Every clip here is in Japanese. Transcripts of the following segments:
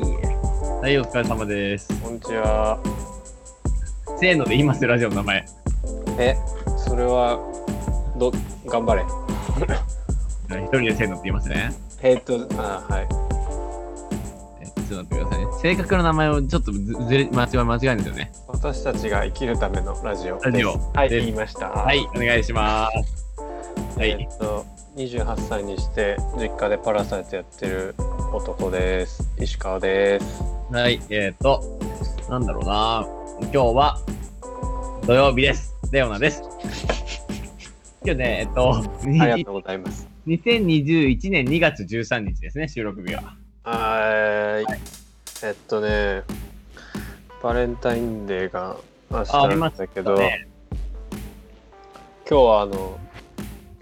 はい、お疲れ様です。こんにちは。せーので言いますよ、ラジオの名前。え、それは、ど、頑張れ。一人でせーのって言いますね。えーっと、あーはい。えちょっと待ってくださいね。正確な名前をちょっとずずれ、間違い、間違えるんですよね。私たちが生きるためのラジオです。ラジオはい、です言いました。は、はいお願いします。はえい。ーっと、28歳にして、実家でパラサイトやってる男です。石川です。はい、えっ、ー、と、なんだろうな。今日は、土曜日です。レオナです。今日ね、えっ、と、ありがとうございます。 2021年2月13日ですね、収録日は。はーい。えっとね、バレンタインデーが明日あありなまんだけど、ね、今日はあの、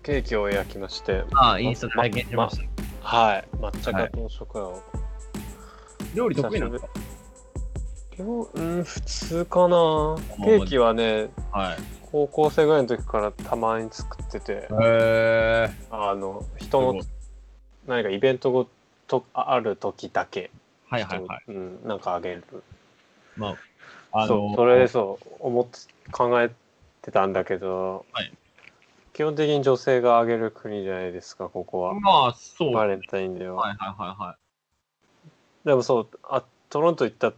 ケーキを焼きまして、まあ、インスタで拝見しました。はい、抹茶ガトーショコラを料理得意なんですか今日うん普通かなまあケーキはねはい。高校生ぐらいの時からたまに作っててへー。あの人はの何かイベントごとあある時だけ、いはいはい。うん、なんかあげるまあ、あその、うそれでそう思って考えてたんだけど、はい基本的に女性があげる国じゃないですかここは、まあ、そう。バはいレンタインデーは、はいはいはでもそうあトロント行った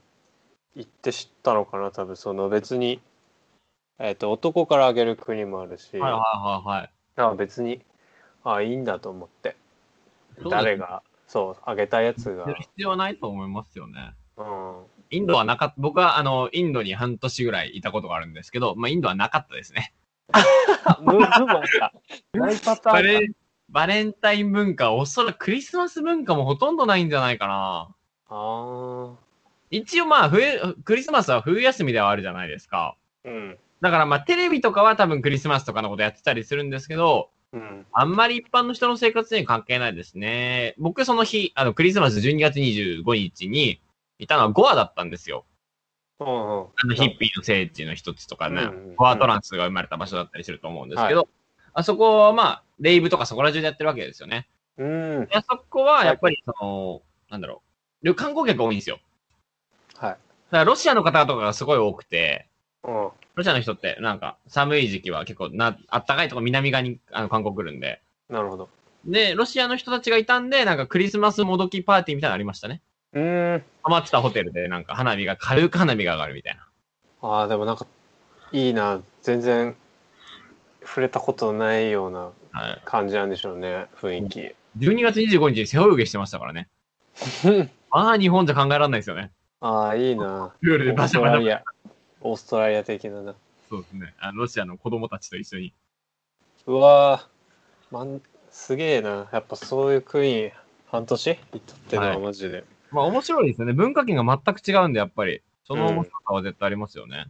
行って知ったのかな多分その別に、えっと男からあげる国もあるし、い。はいはいはいはい。あ別にあいいんだと思ってそうですね誰がそうあげたやつが、必要ないと思いますよね。うん、インドはなかった、僕はあの、インドに半年ぐらいいたことがあるんですけど、まあ、インドはなかったですね。あムーブもあっ た大パターンあバったレンバレンタイン文化、おそらくクリスマス文化もほとんどないんじゃないかな。あー一応まあ、冬、クリスマスは冬休みではあるじゃないですか。うんだからまあ、テレビとかは多分クリスマスとかのことやってたりするんですけど、うんあんまり一般の人の生活には関係ないですね。僕、その日、あの、クリスマス12月25日に、いたのはゴアだったんですよ。うんうんあの、ヒッピーの聖地の一つとかね、うんゴアトランスが生まれた場所だったりすると思うんですけど、あそこは、まあ、レイブとかそこら中でやってるわけですよね。うんであそこは、やっぱり、その、なんだろう、旅観光客多いんですよ。はいだから、ロシアの方とかがすごい多くて、うんロシアの人って、なんか、寒い時期は結構な、あったかいとこ南側にあの観光来るんで、なるほどで、ロシアの人たちがいたんで、なんかクリスマスもどきパーティーみたいなのありましたね。うん余ってたホテルで、なんか花火が、軽く花火が上がるみたいな。あーでもなんかいいな全然触れたことないようなはい、感じなんでしょうね雰囲気12月25日に背泳ぎしてましたからね。まあ、日本じゃ考えられないですよね。ああいいなプーオルでーバスシャトバラシャ。リアオーストラリア的ななそうですね。あのロシアの子供たちと一緒に。うわーまんすげえなやっぱそういう国半年行ったってのははいマジで、まあ、面白いですよね。文化圏が全く違うんで、やっぱり。その面白さは絶対ありますよね。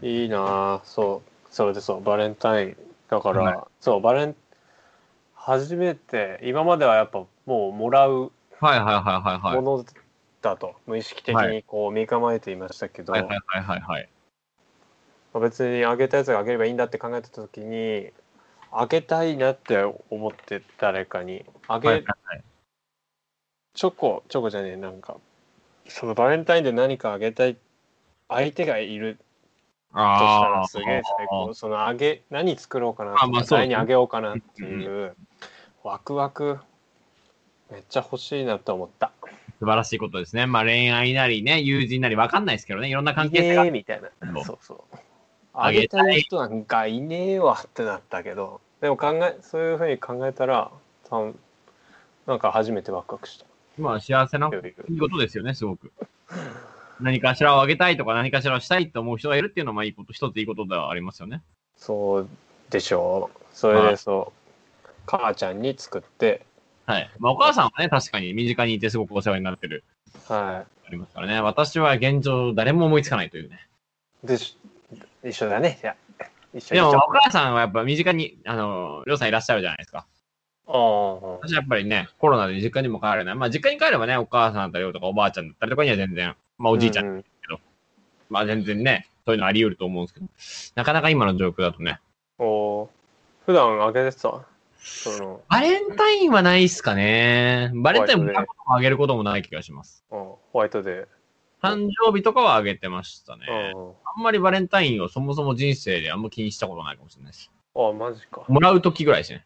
い、いなあそうそれでそうバレンタインだから、はそうバレン初めて今まではやっぱもうもらうはいはいはいはいもはい。のだと、無意識的はにこう見構えていましたけど、はいはいはいはいはい。まあ別にあげたやつがあげればいいんだって考えてた時にあげたいなって思って誰かにあげ、はいはいはいチョコチョコじゃねえなんかそのバレンタインで何かあげたい相手がいるとしたあらあ。すげえ最高そのあげ何作ろうかなあまとあかそう何あげようかなっていうワクワクめっちゃ欲しいなと思った。素晴らしいことですね。まあ、恋愛なりね、友人なりわかんないですけどね。いろんな関係性がいねえみたいなそうそうそうああげげたいたい人なんかいねえわってなったけどでも考えそういうふうに考えたらたんなんか初めてワクワクしたまあ、幸せなよりいいことですよね、すごく。何かしらをあげたいとか、何かしらをしたいと思う人がいるっていうのは、まあ、いいこと、一ついいことではありますよね。そうでしょうそれはでいそう母ちゃんに作ってはい。まあ、お母さんはね、確かに身近にいてすごくお世話になってる。はいありますからね。私は現状、誰も思いつかないというね。でし一緒だねじゃあ一緒でにも、あまあお母さんはやっぱ身近に、あの、りょうさんいらっしゃるじゃないですか。あ私はやっぱりね、コロナで実家にも帰れない。まあ、実家に帰ればね、お母さんだったりとか、おばあちゃんだったりとかには全然、まあ、おじいちゃん、ううまあ、全然ね、そういうのあり得ると思うんですけど、なかなか今の状況だとね、おー普段あげてたその、バレンタインはないっすかね。バレンタインホもワイトデーあげることもない気がします。うんホワイトデ誕生日とかはあげてましたねー。。うんあんまりバレンタインをそもそも人生であんま気にしたことないかもしれないです。あ、マジか。もらうときぐらいですね。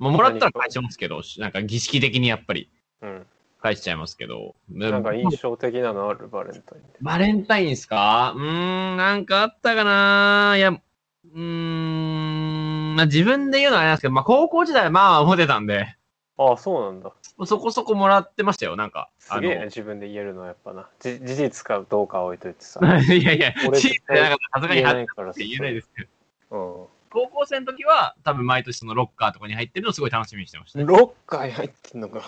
まあ、もらったら返しますけど、なんか儀式的にやっぱりうん。返しちゃいますけど。なんかでも印象的なのあるバレンタインって。バレンタインですかうーん、なんかあったかないや、うーん、まあ、自分で言うのはあれなんですけど、まあ、高校時代はまあ、モテたんで、あ、そうなんだ。そこそこもらってましたよ、なんか。すげえあね、の自分で言えるのはやっぱな。じ事実かどうかは置いといてさ。 いやいや、俺チーズなかったらさすが言にえな恥ずいから。かしくて言えないですすけど、うん。高校生の時は多分毎年そのロッカーとかに入ってるのをすごい楽しみにしてました、ね。ロッカーに入ってんのか。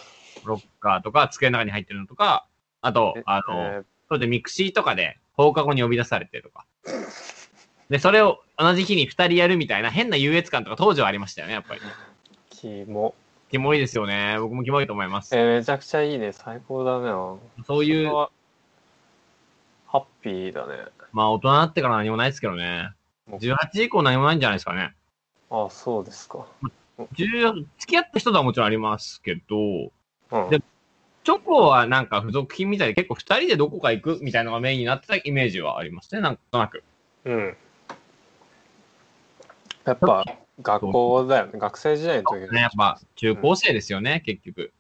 ロッカーとか机の中に入ってるのとか、あと、あの、えーそうでミクシーとかで放課後に呼び出されてとか。で、それを同じ日に二人やるみたいな変な優越感とか当時はありましたよね、やっぱり。キモ。キモいですよね。僕もキモいと思いますえ。ーめちゃくちゃいいね。最高だね。こそういれう、はハッピーだね。まあ大人になってから何もないですけどね。18以降何もないんじゃないですかね。あ、そうですか。 10付き合った人とはもちろんありますけど、うん。でチョコはなんか付属品みたいで結構二人でどこか行くみたいなのがメインになってたイメージはありますね、なんとなく。うん。やっぱ学校だよね。学生時代の時ね、やっぱ中高生ですよね、結局。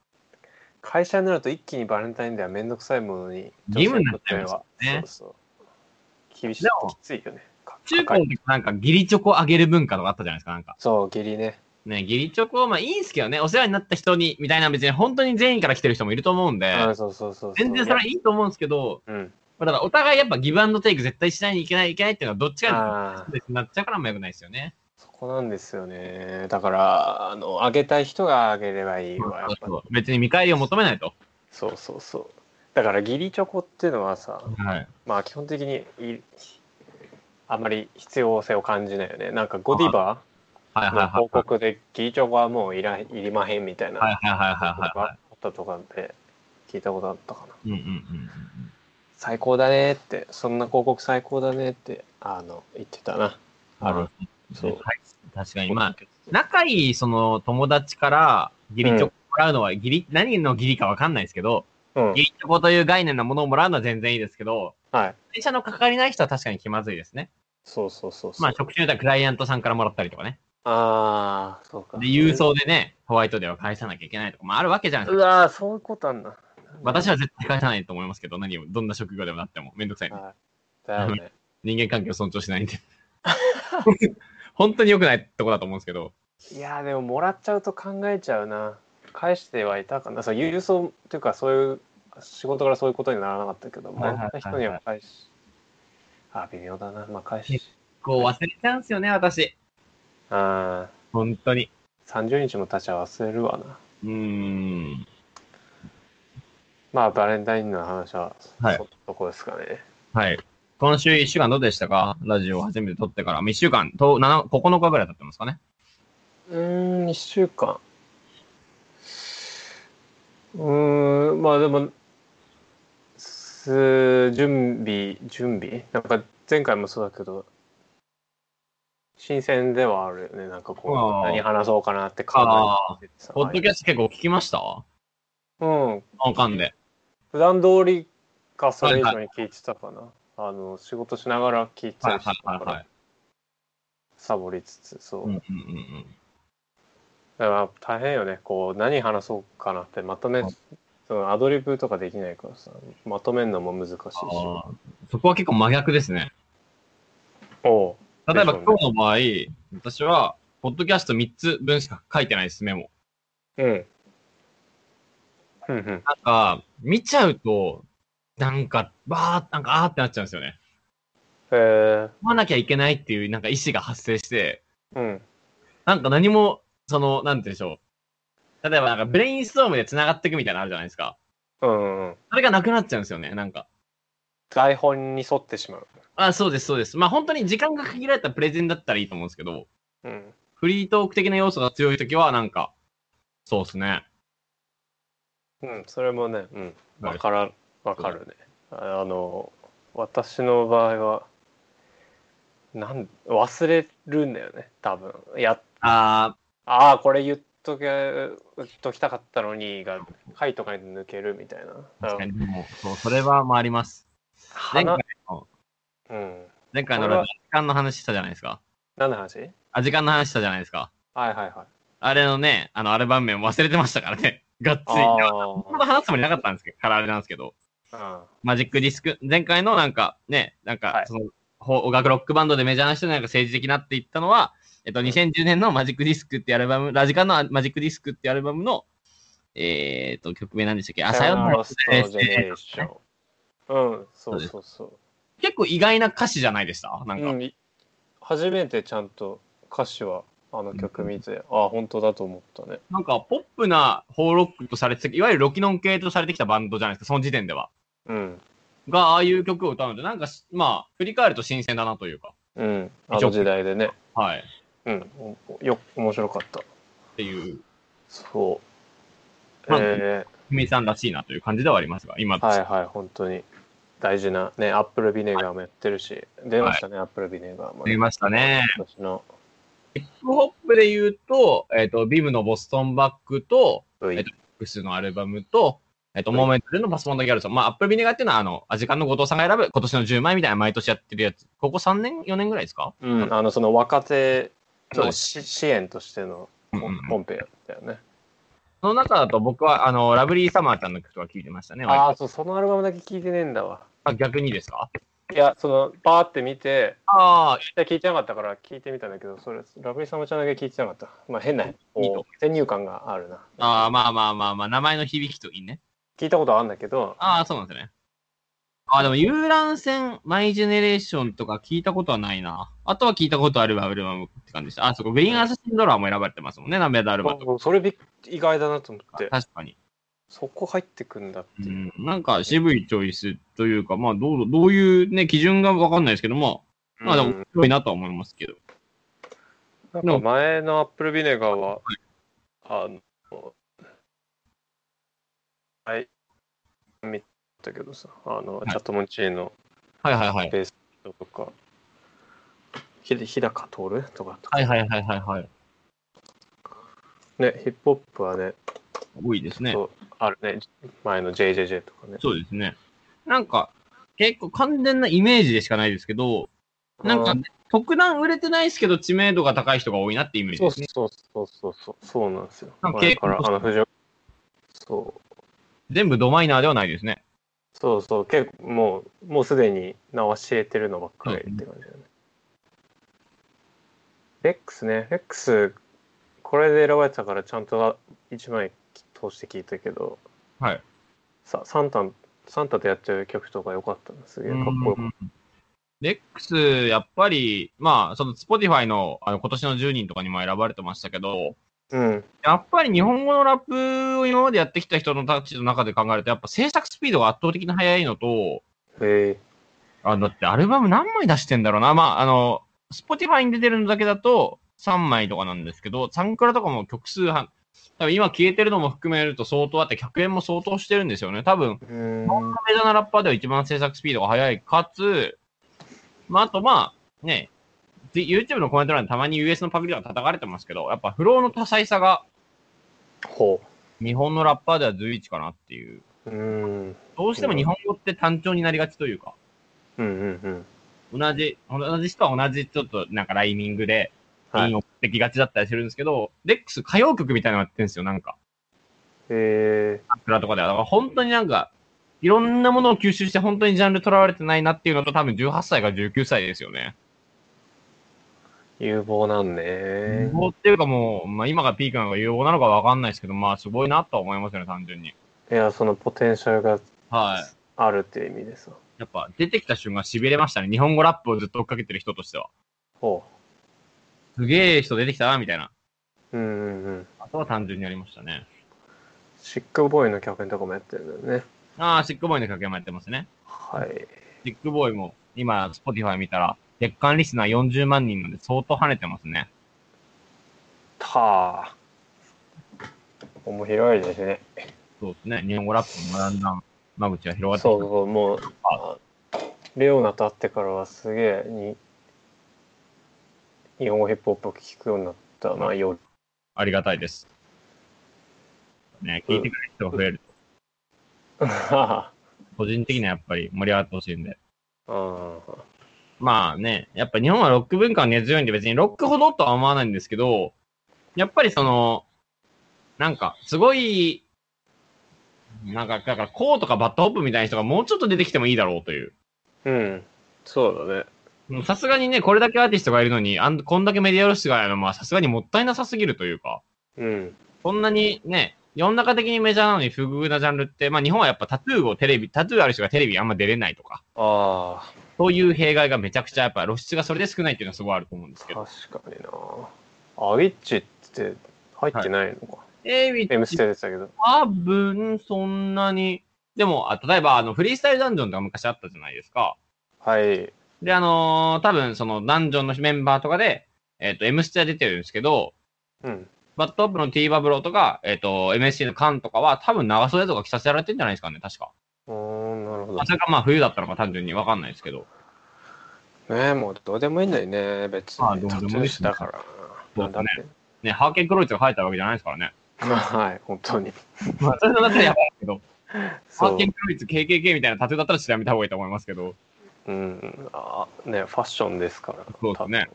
会社になると一気にバレンタインデーはめんどくさいものに義務になっちゃいますよねそうそう厳しいでもきついよねか中か高かの時なんか義理チョコあげる文化とかあったじゃないですか、なんか。そう義理ねね、義理チョコ、まあいいんすけどね、お世話になった人に、みたいな別に本当に全員から来てる人もいると思うんで、うんそうそうそうそう全然それはいいと思うんですけど、うんまあだからお互いやっぱギブアンドテイク絶対しないにいけないいけないっていうのはどっちかああになっちゃうからあんま良くないですよね。そこなんですよねだからあのあげたい人があげればいいわやっぱそう別に見返りを求めないと。そうそうそうだから義理チョコっていうのはさはい。まあ基本的にいあんまり必要性を感じないよねなんかゴディバはいはいのはい報。告で義理チョコはもういらんいりまへんみたいなはいはいはいはいあはったとかって聞いたことあったかな。い。うんうんうん最高だねって、そんな広告最高だねって、あの、言ってたな。うん。なるほどそうはい。確かに。まあ、仲いいその友達から義理チョコもらうのは、義理、何の義理かわかんないですけど、うん義理チョコという概念のものをもらうのは全然いいですけど、はい。会社のかかりない人は確かに気まずいですね。そうそうそうそう。まあ、職種だったらクライアントさんからもらったりとかね。あー、そうか。で、郵送でね、ホワイトデーは返さなきゃいけないとか、まあ、あるわけじゃないうですか。わー、そういうことあんな。私は絶対返さないと思いますけど、何を、どんな職業でもなっても、めんどくさい。はい。だよね。人間関係を尊重しないんで。 本当に良くないとこだと思うんですけど。いやー、でももらっちゃうと考えちゃうな。返してはいたかな。そう、郵送っていうか、そういう、仕事からそういうことにならなかったけど、もはいはいはいらった人には返し。あー、微妙だな。まあ、返し。こう、忘れちゃうんですよね、私。あ本当に。ー、30日も経ちゃ忘れるわな。うーん。まあ、バレンタインの話は、はいそそこですかね。はい。今週1週間どうでしたかラジオを初めて撮ってから。1週間と7、9日ぐらい経ってますかね。うーん、1週間。うーん、まあでも、す準備、準備なんか前回もそうだけど、新鮮ではあるよね。なんかこあーう、何話そうかなって考えててさポッドキャスト結構聞きましたうん。あかんで。普段通りかそれ以上に聞いてたかな。あの、仕事しながら聞いてたはいりしてはいたはかいはいら、。サボりつつ、そう。うんうんうんうん。だから大変よねこう何話そうかなってまとめうんそのアドリブとかできないからさまとめるのも難しいしあーそこは結構真逆ですね。おう例えばでしょうね今日の場合、私は、ポッドキャスト3つ分しか書いてないです、メモ。うんうんうんなんか、見ちゃうと、なんか、ばー、なんか、あーってなっちゃうんですよね。へえ読まなきゃいけないっていう、なんか意思が発生して、うんなんか何も、その、なんて言うんでしょう。例えばなんか、ブレインストームで繋がっていくみたいなのあるじゃないですか。うんうんそれがなくなっちゃうんですよね、なんか。台本に沿ってしまうあ、そうです、そうです。まあ本当に時間が限られたプレゼンだったらいいと思うんですけど、うんフリートーク的な要素が強いときは、なんか、そうですね。うんそれもねうんはいわからんわかるねああの私の場合はなん忘れるんだよね多分やあああこれ言っとけ言っときたかったのにが回とかに抜けるみたいな確かに、もう、そう、それは、まあ、あります。前花回の、うん前回のこれは時間の話したじゃないですか。何の話はいあ、時間の話したじゃないですか。はいはいあれのね、あの、アルバム名を忘れてましたからね。 がっつり。あ本当話すつもりなかったんですけど、からあれなんですけど。あマジックディスク、前回のなんかね、なんはかい、その、ほ音楽ロックバンドでメジャーな人でなんか政治的なって言ったのは、えっと、2010年のマジックディスクってアルバム、ラジカンのマジックディスクってアルバムの、えーっと、曲名なんでしたっけうんあ、さよならストジェネレーシ ョンうんそうそうそう結構意外な歌詞じゃないでしたなんか、うん、い初めてちゃんと歌詞はあの曲見て、ああ本当だと思ったねなんかポップなホーロックとされていわゆるロキノン系とされてきたバンドじゃないですか、その時点では。うんが、ああいう曲を歌うので、なんかし、まあ、振り返ると新鮮だなというか、うんあの時代でねはい。うんおよ面白かったっていう、そうなんかえふみさんらしいなという感じではありますが、今、ー、はいはい本当に大事なねアップルビネガーもやってるし、出ましたねアップルビネガーも、出ましたね今年のヒップホップで言うと、えっ、と、ビムのボストンバックと、 V えっとフックスのアルバムと、えっ、と、モーメントでのパスポンドギャルソン。まあ、アップルビネガーっていうのは、あの、アジカンの後藤さんが選ぶ今年の10枚みたいな毎年やってるやつ。ここ3年 ?4 年ぐらいですかうん、あのその若手そうのでし支援としてのうんうんうんコンペやったよね、その中だと僕は、あの、ラブリーサマーちゃんの曲とか聴いてましたね。あ割あそうそのアルバムだけ聞いてねえんだわと逆にですかいやそのバーって見てああ、いや聞いてなかったから聞いてみたんだけど、それ、ラブリーサムちゃんだけ聞いてなかった。まあ変な、いいとこう、先入観があるな。ああ、まあまあまあまあ、名前の響きといいね。聞いたことはあるんだけど、ああ、そうなんですね。ああ、でも、遊覧船、マイジェネレーションとか聞いたことはないな。あとは聞いたことあるアルバムって感じでした。あ、そこ、グリーンアサシンドラーも選ばれてますもんね、ナメダアルバムとそれびっ意外だなと思っか。て、確かに。そこ入ってくんだってういう。ん、なんか渋いチョイスというか、まあ、どう、どういうね、基準がわかんないですけども、まあ、でも、面白いなとは思いますけど。なんか前のアップルビネガーは、あの、はい、見たけどさ、あの、いチャットモンチーのはいはいはい。ベースとか、ひ日高徹とかとか、はいはいはいはいはい。ね、ヒップホップはね、多いですね。そうあるね、前の JJJ とかね。そうですね。なんか、結構完全なイメージでしかないですけど、なんかね、特段売れてないですけど、知名度が高い人が多いなってイメージそでうすね。そうそうそうそうそうなんですよ。なんか前から結構あの藤岡そう全部ドマイナーではないですね。そうそう結構もうもうすでに名を知れてるのばっかりって感じだよね。レックスねレックスこれで選ばれてたからちゃんと一枚通して聞いたけど、はい。さサンタサンタとやってる曲とか良かったのすげえかっこよかっレックス、やっぱり、まあ、その Spotify のあの今年の10人とかにも選ばれてましたけど、た。うんやっぱり日本語のラップを今までやってきた人のたちの中で考えると、やっぱ制作スピードが圧倒的に速いのと、へえあだってアルバム何枚出してんだろうな。まあ、あの、Spotify に出てるのだけだと3枚とかなんですけど、サンクラとかも曲数半、多分今消えてるのも含めると相当あって、100円も相当してるんですよね。多分、うーんメジャーなラッパーでは一番制作スピードが速い、かつ、まあ、あとまあ、ね、で YouTube のコメント欄でたまに US のパクリとか叩かれてますけど、やっぱフローの多彩さがほ日本のラッパーでは随一かなっていう。ううーんどうしても日本語って単調になりがちというか、うんうんうん同じ、同じ人は同じちょっとなんかライミングで、はい韻を持ってきがちだったりするんですけど、レックス歌謡曲みたいなのやってるんですよ、なんか。へえアクラとかでは。だから本当になんか、いろんなものを吸収して本当にジャンルとらわれてないなっていうのと多分18歳か19歳ですよね。有望なんね有望っていうかもう、まあ今がピークなのか有望なのかわかんないですけど、まあすごいなとは思いますよね、単純に。いやそのポテンシャルがはい。あるっていう意味でさ。やっぱ出てきた瞬間痺れましたね。日本語ラップをずっと追っかけてる人としては。ほすげえ人出てきたな、みたいな。う。うんうんうん。あとは単純にやりましたね。シックボーイの客演とかもやってるんだよね。ああ、シックボーイの掛けもやってますね。はい。シックボーイも今、Spotify 見たら、月間リスナー40万人なんで相当跳ねてますね。たあ。面白いですね。そうですね。日本語ラップもだんだん間口が広がってそうきそう、もう、あレオナと会ってからはすげ えに、日本語ヒップホップを聴くようになったな、よありがたいです。ね、聞いてくれる人が増えると、個人的にはやっぱり盛り上がってほしいんで。うんまあね、やっぱ日本はロック文化が根強いんで別にロックほどとは思わないんですけど、やっぱりその、なんか、すごい、なんか、だから、こうとかバッドホップみたいな人がもうちょっと出てきてもいいだろうという。うん。そうだね。もうさすがにね、これだけアーティストがいるのに、あんこんだけメディア露出があるのは、さすがにもったいなさすぎるというか、うん。そんなにね、世の中的にメジャーなのに不遇なジャンルって、まあ日本はやっぱタトゥーをテレビ、タトゥーある人がテレビにあんま出れないとか、あそういう弊害がめちゃくちゃやっぱ露出がそれで少ないっていうのはすごいあると思うんですあ、けど。確かにな。アウィッチって入ってないのか。エビ M ステでしたけど。多分そんなに、でも、あ例えばあのフリースタイルダンジョンとか昔あったじゃないですか。はい。で、あのー多分そのダンジョンのメンバーとかで、えっ、と、M ステは出てるんですけど、うん。バットアップの T バブローとか、えっ、と、MSC のカンとかは、多分長袖とか着させられてんじゃないですかね、確か。うーん、なるほどま。さかまあ冬だったのか単純にわかんないですけど。ねえ、もうどうでもいいんだよね、別に。まあどうでもいいですねだからな。そうですねなんだって。ね、ハーケンクロイツが生えたわけじゃないですからね。 はい、本当に。まあ、それだったらやばいけど、ハそーうケ。ンクロイツ KKK みたいなタトゥーだったらちょっとやめた方がいいと思いますけど、うん。あね、ファッションですから。そうですね。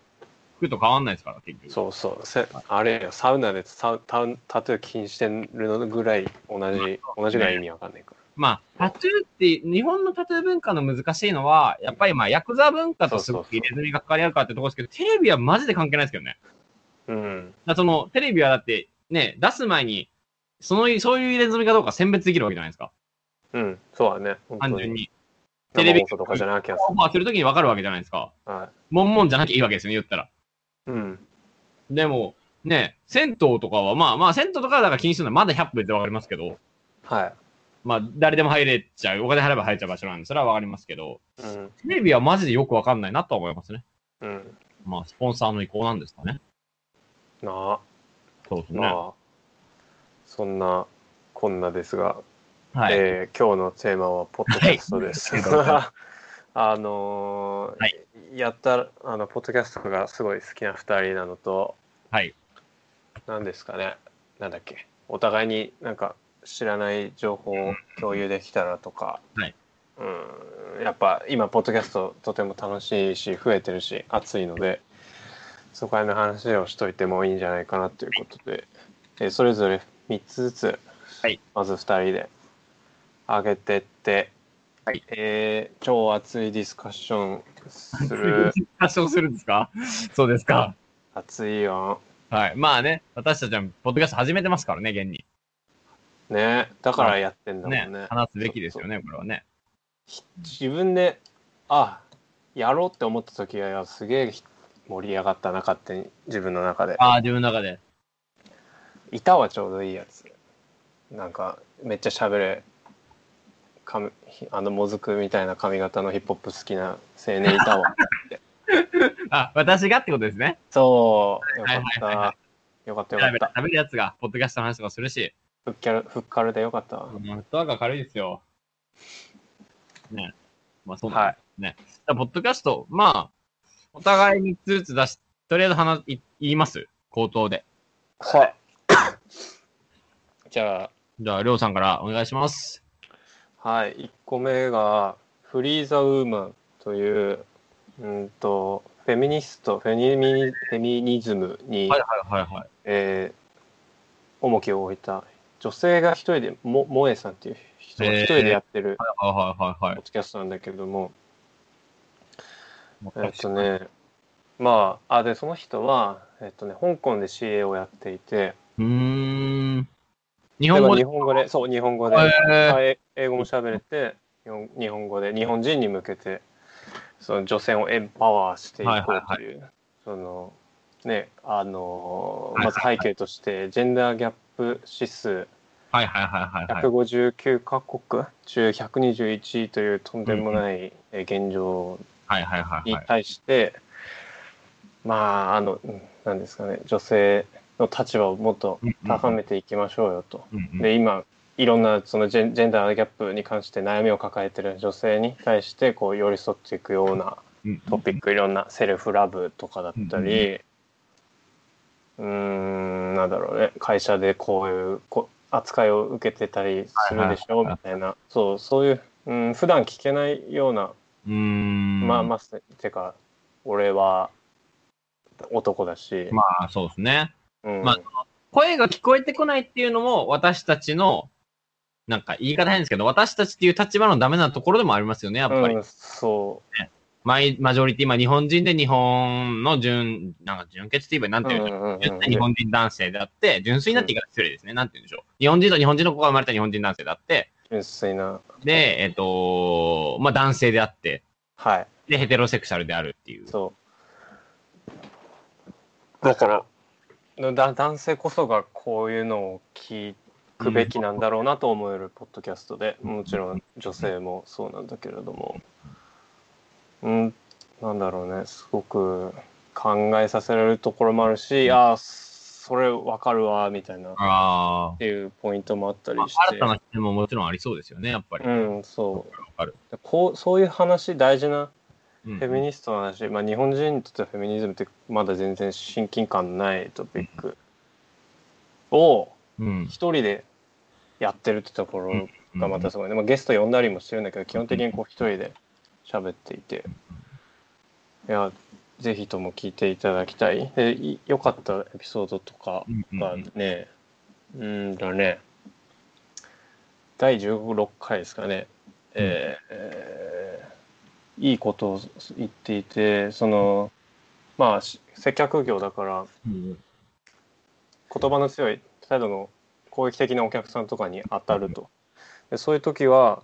服と変わんないですから、結局。そうそう。せあれよ、サウナでサウタウンタトゥー禁止してるのぐらい同じ、同じぐらい意味わかんないかまあ、タトゥーって、日本のタトゥー文化の難しいのは、やっぱりまあ、ヤクザ文化とすごく入れ墨が関わり合うかってところですけど、テレビはマジで関係ないですけどね。ら。うん。だからその、テレビはだって、ね、出す前に、その、そういう入れ墨かどうか選別できるわけじゃないですか。うん。そうだね。本単当純に。に。テレ生ビ放送とかじゃなきゃ。オファーするときに分かるわけじゃないですか。はもんもんじゃなきゃいいわけですよね、言ったら。い。うん。でも、ね、銭湯とかは、まあまあ、銭湯とかはだから気にするのはまだ100分で分かりますけど、はまあ、誰でも入れちゃう、お金払えば入っちゃう場所なんで、それは分かりますけど、い。うん。テレビはマジでよく分かんないなとは思いますね。うん。まあ、スポンサーの意向なんですかね。なあ、そうですね。なあ。そんな、こんなですが、はい。えー今日のテーマはポッドキャストです。はいありがとうございま あのーはやったらあのポッドキャストがすごい好きな二人なのとはい。何ですかねなんだっけお互いになんか知らない情報を共有できたらとか、はいうんやっぱ今ポッドキャストとても楽しいし増えてるし熱いのでそこら辺の話をしといてもいいんじゃないかなということで、えーそれぞれ3つずつ、はいまず2人で上げてって、はいえー超熱いディスカッションする発症するんですかそうですか。熱いよはい。まあね、私たちは、ポッドキャスト始めてますからね、現に。ねだからやってんだもんねね。話すべきですよね、これはね。自分であやろうって思った時はいやすげえ盛り上がったな勝手に自分の中でああ、自分の中で。板はちょうどいいやつなんかめっちゃ喋れかむあのもずくみたいな髪型のヒップホップ好きな青年いたわあ、私がってことですね。 そうよかっはいはいはたよかったよか食っべたるやつが、ポッドキャストの話とかするし。フッキャルフッカルでよかったわネットワークは軽いですよ。ね。まあ、そうはなんですね。じゃあポッドキャスト、まあ、お互いにずつ出し、とりあえず話、い言います口頭で。はい じゃあじゃあ、りょうさんからお願いします。はい、1個目が「フリー・ザ・ウーマン」という、うんとフェミニストフェニミフェミニズムに、はいはいはい。えー重きを置いた女性が一人でも萌えさんっていう人がえー一人でやってるはいはいはいポッドキャストなんだけども、はい。えっとねまああでその人は、えっとね、香港で CA をやっていてうーん。日で本も日語で。本語でそう日本語で。えはい英語も喋れて日本日本語で日本人に向けてその女性をエンパワーしていこうという、はいそのねあのはいまず背景としてジェンダーギャップ指数ーはいはいはいはいはい。 159カ国中121位というとんでもないえー現状はいはいはいにはい。対して、まああのうんなんですかね女性の立場をもっと高めていきましょうよと。うんうんで今いろんなそのジェンジェンダーギャップに関して悩みを抱えてる女性に対してこう寄り添っていくようなうんトピックいろんなセルフラブとかだったり、うーん、なんだろうね、会社でこういうこ扱いを受けてたりするでしょはういはいはいみたいな、そう、そういう、うん、普段聞けないような、うーん。まあまあ、せてか、俺は男だし、まあ、そうですね。うん、まあ声が聞こえてこないっていうのも、私たちの、なんか言い方変ですけど、私たちっていう立場のダメなところでもありますよね、やっぱり。うん、そマイマジョリティ、まあ日本人で日本の純、なんか純血って言えばなんう。ていううんんでしょううんうん純粋な日本人男性であって、純粋なって言い方失礼ですね。なんて言うんでしょう。日本人と日本人の子が生まれた日本人男性であって、純粋な、で、えっ、とまあ男性であって、はい、で、ヘテロセクシャルであるっていう。そう。だから、だ男性こそがこういうのを聞くべきなんだろうなと思えるポッドキャストで、もちろん女性もそうなんだけれども、うん、なんだろうね、すごく考えさせられるところもあるし、ああ、それわかるわ、みたいな、っあていうポイントもあったりあ。し新てた。な視点ももちろんありそうですよね、やっぱり。うわん、そう。かる。こう、そういう話、大事なうんフェミニストの話、まあ、日本人にとってはフェミニズムってまだ全然親近感のないトピックをうん一。人でやってるってところがまたそすごいね、まあ、ゲスト呼んだりもしてるんだけど基本的にこう一人で喋っていていやぜひとも聞いていただきたいでい良かったエピソードとかうんうんがねうんだね第16回ですかね、えーえーいいことを言っていてそのまあし接客業だからうん言葉の強い態度の攻撃的なお客さんとかに当たるとでそういう時は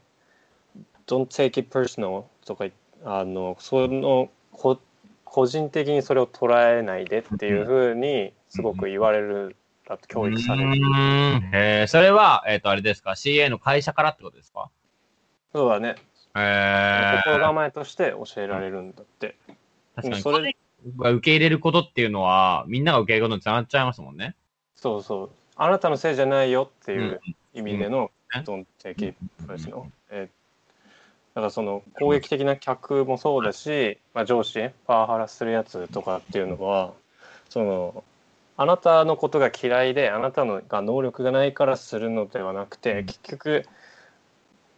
「don't take it personal」とかあのそのこ個人的にそれを捉えないでっていうふうにすごく言われる教育されうるーんえーそれは、えっ、と、あれですか、CA の会社からってことですかそうだねえ心構えとして教えられるんだってー、確かに、そそれれが受け入れることっていうのは、みんなが受け入れることにつながっちゃいますもんね。そうそうあなたのせいじゃないよっていう意味でのうん「don't take it そうですねうんえーだからその攻撃的な客もそうだし、まあ、上司パワハラするやつとかっていうのはそのあなたのことが嫌いであなたのが能力がないからするのではなくて結局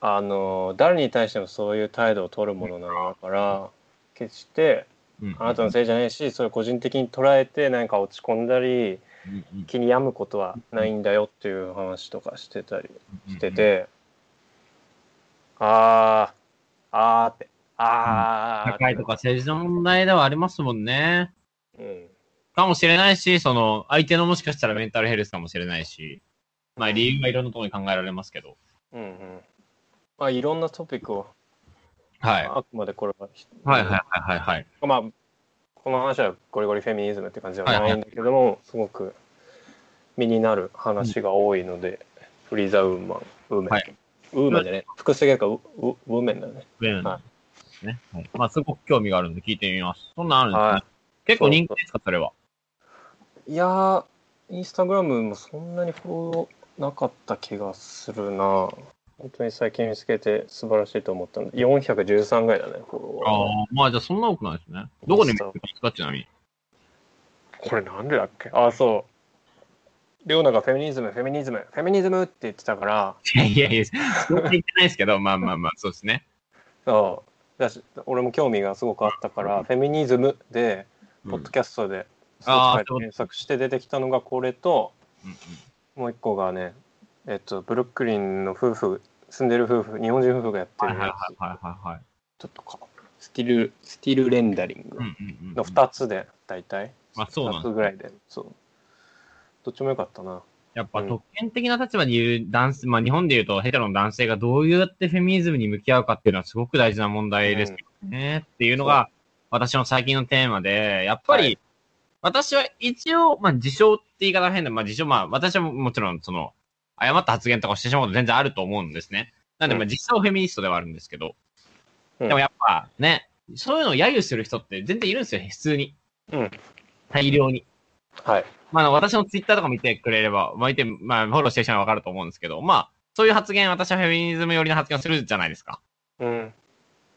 あの誰に対してもそういう態度を取るものなのだから決してうんあなたのせいじゃないしそれを個人的に捉えて何か落ち込んだりうんうん気に病むことはないんだよっていう話とかしてたりしてて、あーあーってあー社会とか政治の問題ではありますもんね。うんかもしれないし、その、相手のもしかしたらメンタルヘルスかもしれないし、まあ理由はいろんなところに考えられますけど。うんうんまあいろんなトピックを、はい。あくまでこれは、はいはいはいはいはい。まあこの話はゴリゴリフェミニズムって感じではないんだけども、すごく身になる話が多いので、フリーザウーマンウーメン、はいウーメンでね複数形かウウウーメンだねうんはねはいまあすごく興味があるので聞いてみます。そんなんあるんですね。はい結構人気ですか、それは。いやーインスタグラムもそんなにフォローなかった気がするな本当に最近見つけて素晴らしいと思ったので413ぐらいだねフォロあワーあ、まあじゃあそんな多くないですね。どこで見つけますか、ちなみに。これなんでだっけああそうレオナがフェミニズムフェミニズムフェミニズムって言ってたからいやいやいや、そう言ってないですけど、まあまあまあ、そうですね。そうだし俺も興味がすごくあったからフェミニズムでうんポッドキャストであ Spotify ーで検索して出てきたのがこれとうんうんもう一個がねえっとブルックリンの夫婦住んでる夫婦日本人夫婦がやってはいるはいはいやつはいはい。ちょっとか。スティル、スティルレンダリングうんうんうんの2つで、大体。まあそうなんです2つぐらいで。そう。どっちも良かったな。やっぱうん特権的な立場にいる男性、まあ日本でいうとヘテロの男性がどうやってフェミニズムに向き合うかっていうのはすごく大事な問題ですよね、っていうのが私の最近のテーマで、やっぱり、はい私は一応、まあ自称って言い方は変だ、まあ自称、まあ私はもちろんその誤った発言とかをしてしまうこと全然あると思うんですね。なんでまあうん自称フェミニストではあるんですけど、うんでもやっぱね、そういうのを揶揄する人って全然いるんですよ、普通に。うん大量に。はい。まああの、私のツイッターとか見てくれれば、まあ、見て、まあ、フォローしてる人はわかると思うんですけど、まあ、そういう発言、私はフェミニズム寄りの発言をするじゃないですか。うん。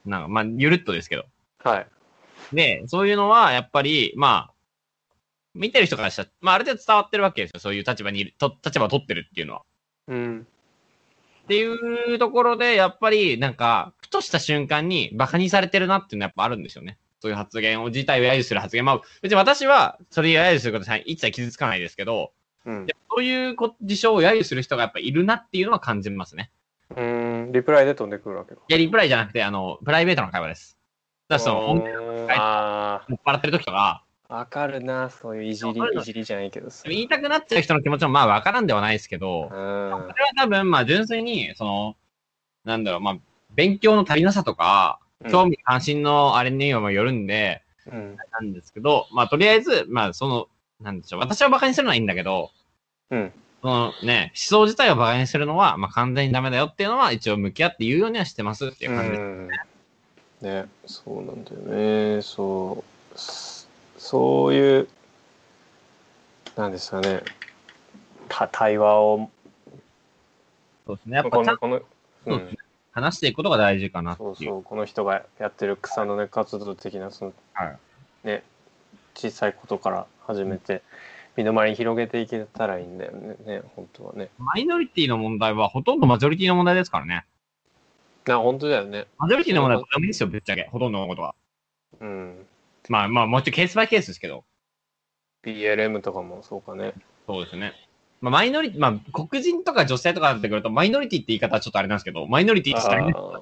なんか、まあ、ゆるっとですけど。はい。で、そういうのは、やっぱり、まあ、見てる人からしたら、まあ、ある程度伝わってるわけですよ。そういう立場にいる、と立場を取ってるっていうのは。うん。っていうところで、やっぱり、なんか、ふとした瞬間に馬鹿にされてるなっていうのはやっぱあるんですよね。そういう発言を、自体を揶揄する発言。まあ、別に私は、それを揶揄することは一切傷つかないですけど、うんやっぱそういうこ事象を揶揄する人がやっぱいるなっていうのは感じますね。うん。リプライで飛んでくるわけか。いや、リプライじゃなくて、あの、プライベートの会話です。だからその、本当にうんあ酔っ払ってる時とか、あ、わかるな、そういういじりわかる、いじりじゃないけどさ。言いたくなっちゃう人の気持ちもまあわからんではないですけど、うんそ。れは多分、まあ純粋に、その、なんだろう、まあ、勉強の足りなさとか、興味関心のあれにもよるんで、うん。なんですけど、まあ、とりあえず、まあ、その、なんでしょう、私は馬鹿にするのはいいんだけど、うん。そのね、思想自体を馬鹿にするのは、まあ、完全にダメだよっていうのは、一応向き合って言うようにはしてますっていう感じです。うんね、そうなんだよね。そう、そそういう、なんですかね、た対話を、そうですね。やっぱ、こちゃの、んとこの、うそうんで、話していくことが大事かなってい。そううそう、この人がやってる草の根活動的な、その、はいね、小さいことから始めて、身の回りに広げていけたらいいんだよね、ね本当はね。マイノリティの問題は、ほとんどマジョリティの問題ですからね。な、本当だよね。マジョリティの問題はダメですよ、ぶっちゃけ。ほとんどのことは。うん。まあ、まあ、もうちょっとケースバイケースですけど。 BLM とかもそうかね。そうですね。まあ、マイノリティ、まあ、黒人とか女性とかになってくると、マイノリティって言い方はちょっとあれなんですけど、マイノリティって言ったらあ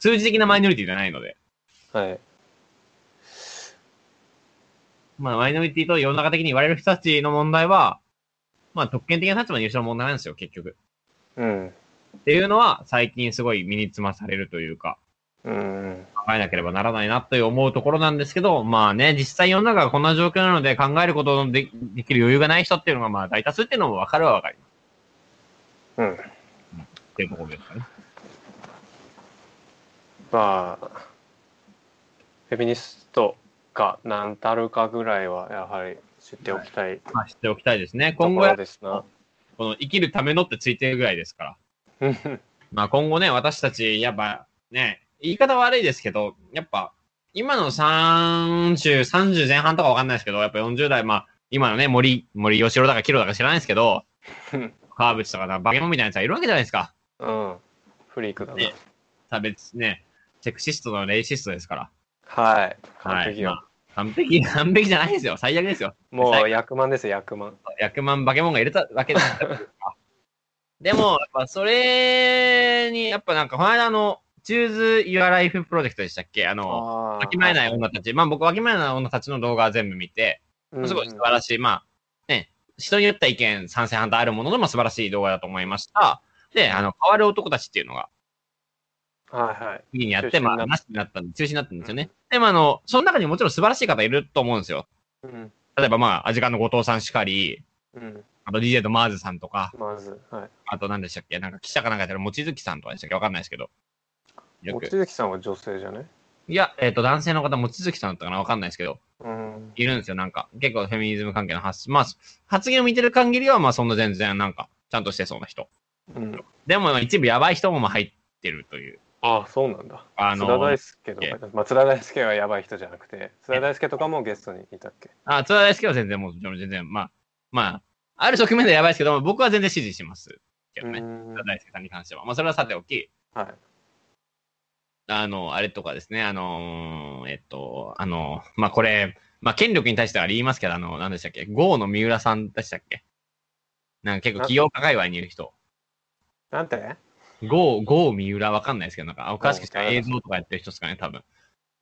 数字的なマイノリティじゃないので。ーはい。まあ、マイノリティと世の中的に言われる人たちの問題は、まあ、特権的な立場にいる人の問題なんですよ、結局。うん。っていうのは、最近すごい身につまされるというか、うん。考えなければならないなという思うところなんですけど、まあね、実際世の中がこんな状況なので、考えることのでできる余裕がない人っていうのが、まあ、大多数っていうのも分かるは分かりまうん。す。っていうところですかね。まあフェミニストが何たるかぐらいはやはり知っておきたいまあ、知っておきたいですね。とこ今後ろは、ですな。この生きるためのってついてるぐらいですかうら。んまあ今後ね、私たち、やっぱね、言い方悪いですけど、やっぱ、今の30、30前半とかわかんないですけど、やっぱ40代、まあ、今のね、森、森吉郎だかキロだか知らないですけど、川淵とかな、バケモンみたいなやつがいるわけじゃないですか。うん。フリークだなね。差別ね、セクシストのレイシストですから。はい。は完い。璧よ。まあ完璧、 完璧じゃないですよ。最悪ですよ。もう役満ですよ、役満。 100万化け物がい れたわけですでも、やっぱそれに、やっぱなんか、この間あの、Choose Your Life プロジェクトでしたっけあの、あ。わきまえないい女たち、まあ僕わきまえない女たちの動画は全部見て、すごい素晴らしい、まあね、人によった意見、賛成反対あるものの、まあ素晴らしい動画だと思いました。で、あの、変わる男たちっていうのがはいはい。次にやって、まあ中止になったなしになったんで、中止になったんですよね。でもあの、その中にもちろん素晴らしい方いると思うんですよ。うん。例えばまあ、アジカンの後藤さんしかり、うん。あと DJ とマーズさんとか、まず、はい。あと何でしたっけなんか記者かなんかやってる望月さんとかでしたっけわかんないですけど。よ望く。月さんは女性じゃねいや、えっ、と、男性の方、望月さんだったかなわかんないですけど。うん。いるんですよ、なんか。結構フェミニズム関係の発信。まあ、発言を見てる限りは、まあそんな全然、なんか、ちゃんとしてそうな人。うん。でも、一部やばい人もまあ入ってるという。ああ、そうなんだ。あ津田の大、介とか、まあ、津田大介はやばい人じゃなくて、津田大介とかもゲストにいたっけあ、津田大介は全然、もう、全然、まあ、まあ、ある側面ではやばいですけど、僕は全然支持しますけどね。うん津田大介さんに関しては。まあ、それはさておき、はい。あの、あれとかですね、あのーえっと、あのまあこれ、まあ権力に対してはあり言いますけど、あの、何でしたっけ、ゴーの三浦さんでしたっけなんか結構起業家界隈にいる人。なんてゴー、ゴー三浦わかんないですけど、なんか、あ詳しくしたら映像とかやってる人ですかね、多分。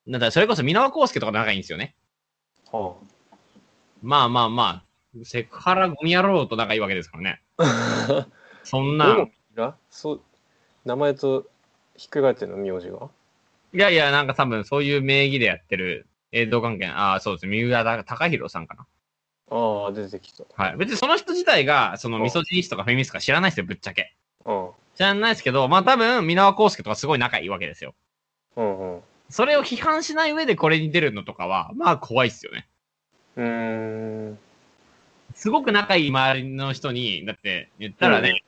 だからそれこそ、箕輪康介とか仲いいんですよね。ほまあまあまあ、セクハラゴミ野郎と仲いいわけですからね。 う。そんゴなム、がそう、名前とひっくり返ってるの、名字が。いやいや、なんか多分そういう名義でやってる映像関係、ああ、そうです、三浦隆弘さんかな。ああ、出てきた。はい。別にその人自体が、そのうんミソジニストとかフェミニストとか知らないですよ、ぶっちゃけ。うん。知らないですけど、まあ多分、箕輪康介とかすごい仲いいわけですよ。うんうん。うそれを批判しない上でこれに出るのとかは、まあ怖いっすよね。ーん。すごく仲いい周りの人に、だって言ったらね、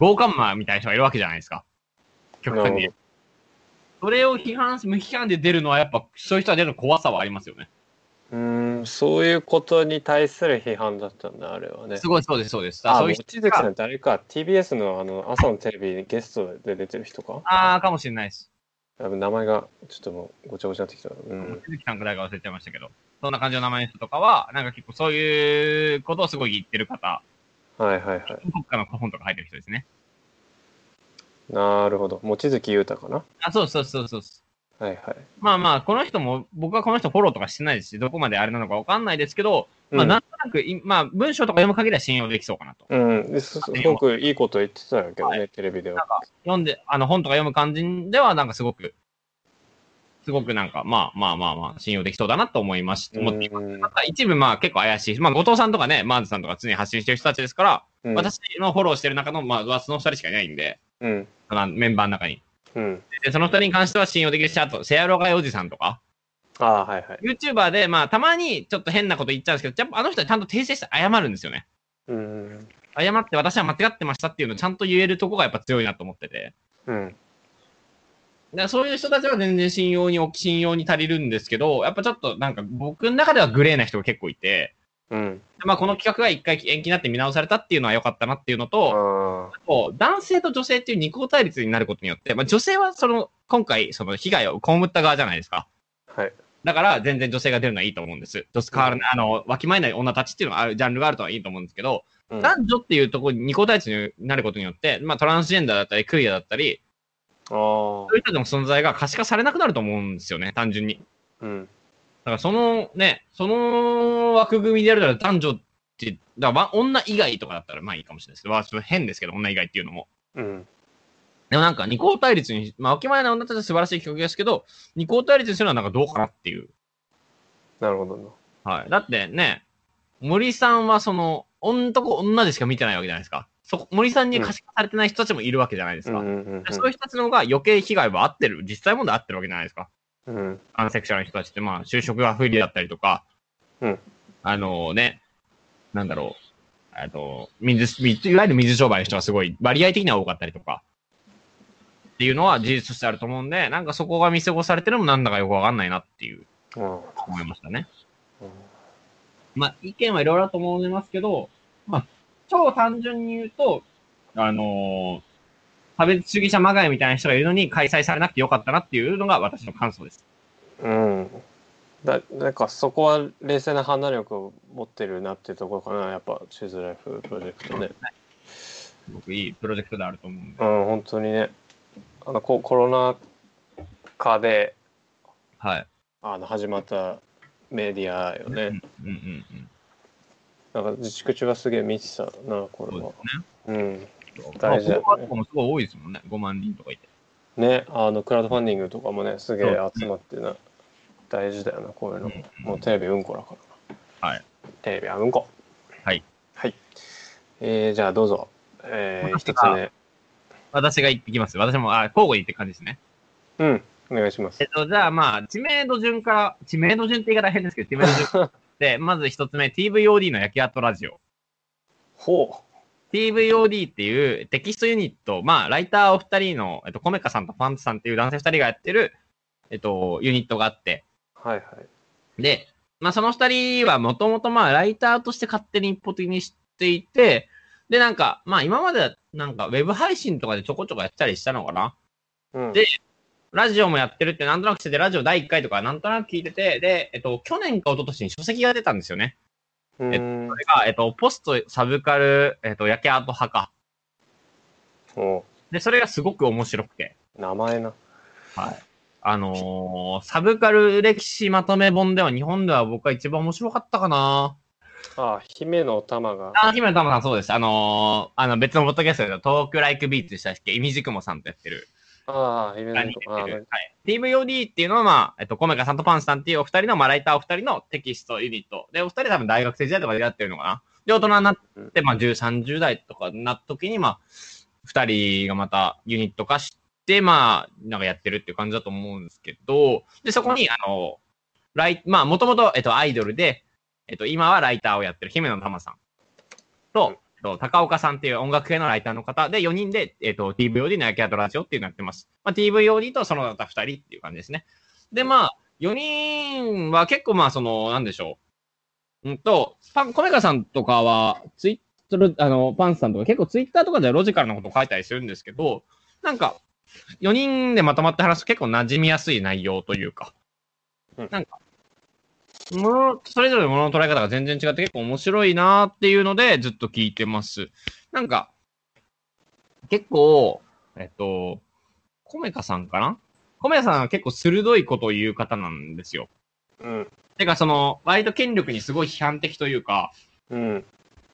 ゴーカンマーみたいな人がいるわけじゃないですか。極端なにる。それを批判し、無批判で出るのはやっぱ、そういう人が出る怖さはありますよね。うーん。うん、そういうことに対する批判だったんだ、あれはね。すごい、そうです、そうです。ああ、そう望いう人月さん誰か、TBS のあの朝のテレビにゲストで出てる人かあーかもしれないです。あ名前がちょっともうごちゃごちゃになってきた。うん。鈴木さんくらいが忘れちゃいましたけど、そんな感じの名前の人とかは、なんか結構そういうことをすごい言ってる方、はいはいは国家の古本とか入ってる人ですね。い。なるほど。望月裕太かなあ、そうそうそうそう。はいはい。まあまあ、この人も、僕はこの人フォローとかしてないですし、どこまであれなのかわかんないですけど、まあ、うんなんとなくい、まあ、文章とか読む限りは信用できそうかなと。うん、ですすごくいいこと言ってたけどね、テレビでは。読んで、あの、本とか読む感じでは、なんかすごく、すごくなんか、まあまあまあまあ、信用できそうだなと思いましう思っていますんまた一部まあ結構怪しい。まあ後藤さんとかね、マーズさんとか常に発信してる人たちですから、うん、私のフォローしてる中の、まあ、その二人しかいないんで、うん、まあメンバーの中に。うん。で、その二人に関しては信用できるし、あと、セアロガイおじさんとか、ああ、はいはい。 YouTuber で、まあ、たまにちょっと変なこと言っちゃうんですけど、やっぱあの人はちゃんと訂正して謝るんですよね。うん、謝って私は間違ってましたっていうのをちゃんと言えるとこがやっぱ強いなと思ってて。うん、だからそういう人たちは全然信用に、信用に足りるんですけど、やっぱちょっとなんか僕の中ではグレーな人が結構いて、うん。まあこの企画が一回延期になって見直されたっていうのは良かったなっていうのと、あこう男性と女性っていう二項対立になることによって、まあ、女性はその今回、その被害を被った側じゃないですか。あ、はい。だだから、全然女性が出るのはいいと思うんです。女性変わらない、あの、わきまえない女たちっていうのがある、ジャンルがあるとはいいと思うんですけど、男女っていうところに二項対立になることによって、まあ、トランスジェンダーだったり、クリアだったり、ああそう、いう人たちの存在が可視化されなくなると思うんですよね、単純に。うん、だから、そのね、その枠組みでやるなら男女って、だからわ女以外とかだったら、まあいいかもしれないですけど、まあちょっと変ですけど、女以外っていうのも。うん、でもなんか二項対立に、まあ、おきまえない女たちは素晴らしい企画ですけど、二項対立にするのはなんかどうかなっていう。なるほどな。はい。だってね、森さんはその、男女でしか見てないわけじゃないですか。そこ森さんに可視化されてない人たちもいるわけじゃないですうん、か。うん、うんでそういう人たちの方が余計被害は合ってる。実際問題合ってるわけじゃないですか。うん、アンセクシャルの人たちって、まあ、就職が不利だったりとか、うんあのね、なんだろう、あの、水、水いわゆる水商売の人がすごい割合的には多かったりとか、っていうのは事実としてあると思うんで、なんかそこが見過ごされてるのもなんだかよくわかんないなっていううん、思いましたね。まあ、意見はいろいろだと思いますけど、まあ、超単純に言うと、あのー差別主義者まがいみたいな人がいるのに開催されなくてよかったなっていうのが私の感想です。うん。だなんかそこは冷静な判断力を持ってるなっていうところかなやっぱチーズライフプロジェクトねすごくいいプロジェクトであると思うんうで。ん本当にねあのココロナ禍ではい。あの始まったメディアよね、うんうんうん。なんか自粛中はすげえ見てたなこそれうではすね。うんま大事だよねあ、とかもすごい多いですもんね。5万人とかいて。ねあのクラウドファンディングとかもねすげえ集まってな大事だよなこういうのもうんもうテレビうんこだからはいテレビはうんこはいはいえー、じゃあどうぞえー、私一がつね私が行ってきます。私も、あ、交互にって感じですね。うんお願いしますえっと、じゃあまあ、知名度順から、知名度順って言い方変ですけど、知名度順で、 まず一つ目、TVOD の焼き跡ラジオ。 ほ TVOD っていうテキストユニット、まあ、ライターお二人の、えっと、コメカさんとファンツさんっていう男性二人がやってる、えっと、ユニットがあって、うはいはいで、まあ、その二人はもともとまあ、ライターとして勝手に一方的に知っていて、で、なんか、まあ、今まではなんか、ウェブ配信とかでちょこちょこやってたりしたのかなうんでラジオもやってるってなんとなくしてて、ラジオ第1回とかなんとなく聞いてて、で、えっと、去年か一昨年に書籍が出たんですよね。うーんそれが、えっと、ポストサブカル、えっと、焼け跡派か。おで、それがすごく面白くて。名前なあのーサブカル歴史まとめ本では日本では僕は一番面白かったかな。あー姫の玉があ、姫野玉さんそうです。あのーあの別のポッドキャストでトークライクビーツでしたっけイミジクモさんとやってる。ああ姫何の言ってる玉あはいー、 TVOD っていうのは、まあ、えっと、コメカさんとパンチさんっていうお二人の、まあ、ライターお二人のテキストユニット。で、お二人多分大学生時代とかでやってるのかな。で、大人になって、まあ、10、30代とかになった時に、まあ、二人がまたユニット化して、まあ、なんかやってるっていう感じだと思うんですけど、で、そこに、あの、ライ、まあ、もともと、えっと、アイドルで、えっと、今はライターをやってる姫野玉さんと、えっと高岡さんっていう音楽系のライターの方で、4人で、えっと、TVOD の焼き跡ラジオっていうのやってます。まあ、TVOD とその他2人っていう感じですね。で、まあ、4人は結構まあ、その、なんでしょう。うんと、パン、米川さんとかは、ツイッター、あの、パンさんとか結構ツイッターとかではロジカルなことを書いたりするんですけど、なんか、4人でまとまって話すと結構馴染みやすい内容というか、うんなんか、もの、それぞれのものの捉え方が全然違って結構面白いなーっていうのでずっと聞いてます。なんか、結構、えっと、コメカさんかなコメカさんは結構鋭いことを言う方なんですよ。うん。てか、その、割と権力にすごい批判的というか、うん。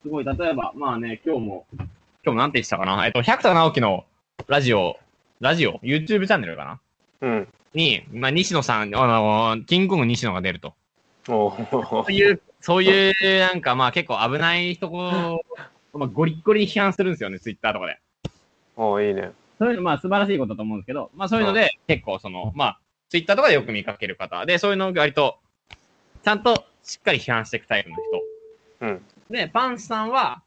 すごい、例えば、まあね、今日も、今日もなんて言ってたかなえっと、百田直樹のラジオ、ラジオ ?YouTube チャンネルかなうん。に、まあ、西野さん、あの、キングコング西野が出ると。おーそういう、そういう、なんかまあ結構危ない人を、まあ、ゴリッゴリに批判するんですよね、Twitter とかで。おーいいね。そういうの、まあ、素晴らしいことだと思うんですけど、まあ、そういうので、結構、その、まあ、ツイッターとかでよく見かける方で、そういうのを割と、ちゃんとしっかり批判していくタイプの人。うんで、パンチさんは、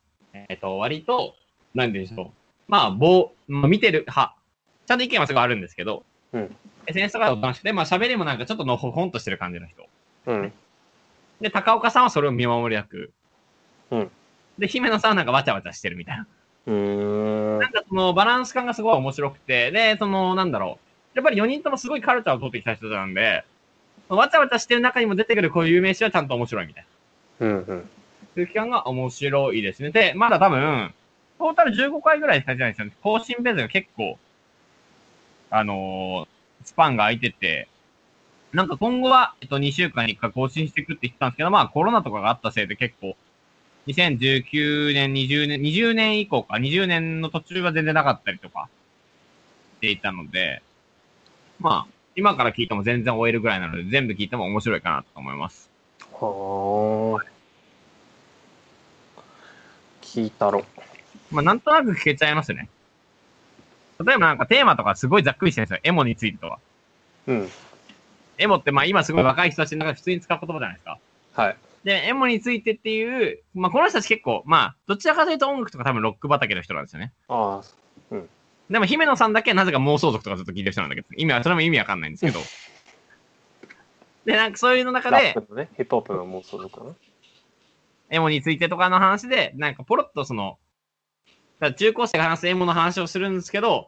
えっ、と、割と、なんて言うんでしょう。まあ、棒、まあ、見てる派。ちゃんと意見はすごいあるんですけど、うん。 SNS とかでおとなしくて、まあ、喋りもなんかちょっとのほほんとしてる感じの人。うん。で、高岡さんはそれを見守る役。うん。で、姫野さんはなんかわちゃわちゃしてるみたいな。うーんなん。かそのバランス感がすごい面白くて、で、その、なんだろう。やっぱり4人ともすごいカルチャーを取ってきた人なんで、わちゃわちゃしてる中にも出てくるこういう名詞はちゃんと面白いみたいな。うん。うん。空気感が面白いですね。で、まだ多分、トータル15回ぐらいされてないんですよね。更新ペースが結構、あのースパンが空いてて、なんか今後は、えっと、2週間に1回更新していくって言ってたんですけど、まあコロナとかがあったせいで結構、2019年、20年、20年以降か、20年の途中は全然なかったりとか、していたので、まあ、今から聞いても全然終えるぐらいなので、全部聞いても面白いかなと思います。はあ。聞いたろ。まあ、なんとなく聞けちゃいますね。例えばなんかテーマとかすごいざっくりしてるんですよ。エモについてとか。うん。エモってまあ今すごい若い人たちの中で普通に使う言葉じゃないですか。はい。で、エモについてっていう、まあこの人たち結構、まあどちらかというと音楽とか多分ロック畑の人なんですよね。ああ。でも姫野さんだけなぜか妄想族とかずっと聞いてる人なんだけど、意味は、それも意味わかんないんですけど。で、なんかそういうの中ラッで、プのね、ヒップホップの妄想とかな。エモについてとかの話で、なんかポロッとその、だから中高生が話すエモの話をするんですけど、だか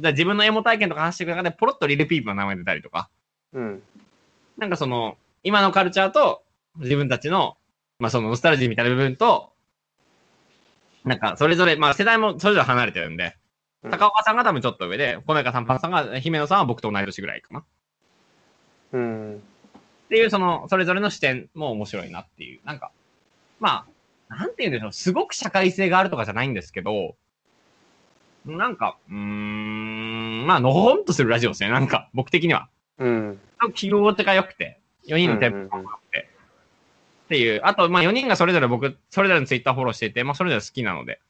ら自分のエモ体験とか話していく中で、ポロッとリルピープの名前出たりとか、うん。なんかその、今のカルチャーと、自分たちの、まあそのノスタルジーみたいな部分と、なんかそれぞれ、まあ世代もそれぞれ離れてるんで、うん高岡さんが多分ちょっと上で、小中さん、パンさんが、姫野さんは僕と同い年ぐらいかな。っうん。ていう、その、それぞれの視点も面白いなっていう。なんか、まあ、なんて言うんでしょう、すごく社会性があるとかじゃないんですけど、なんか、うーん、まあ、のほほんとするラジオですね。なんか、僕的には。うん。記号手が良くて、4人のテンポっていう。あと、まあ、4人がそれぞれ僕、それぞれのツイッターフォローしていて、まあ、それぞれ好きなので。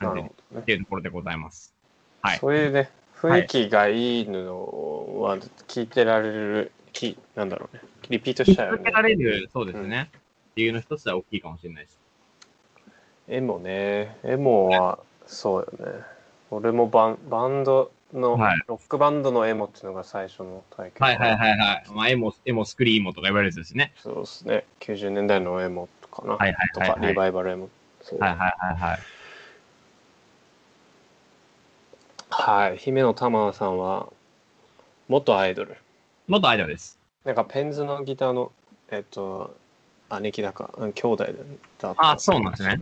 なるっほどね。ていうところでございます。はい。そういうね、雰囲気がいいのは聞いてられる、きなんだろうね。リピートし引っちゃうよね。掛けられる、そうですね。理由の一つは大きいかもしれないです。エモね。エモは、そうよね。俺もバンバンドの、はいロックバンドのエモっていうのが最初の体験。はいはいはいはい。まあ、エモ、エモスクリーモとか言われるやつですね。そうですね。90年代のエモとかな。はいはいはいとか、はリい。はいバイバルエモ。そうはいはいはい。はい。姫野玉さんは、元アイドル。元アイドルです。なんかペンズのギターの、えっと、姉貴だか、うん兄弟だった。あ、そうなんですね。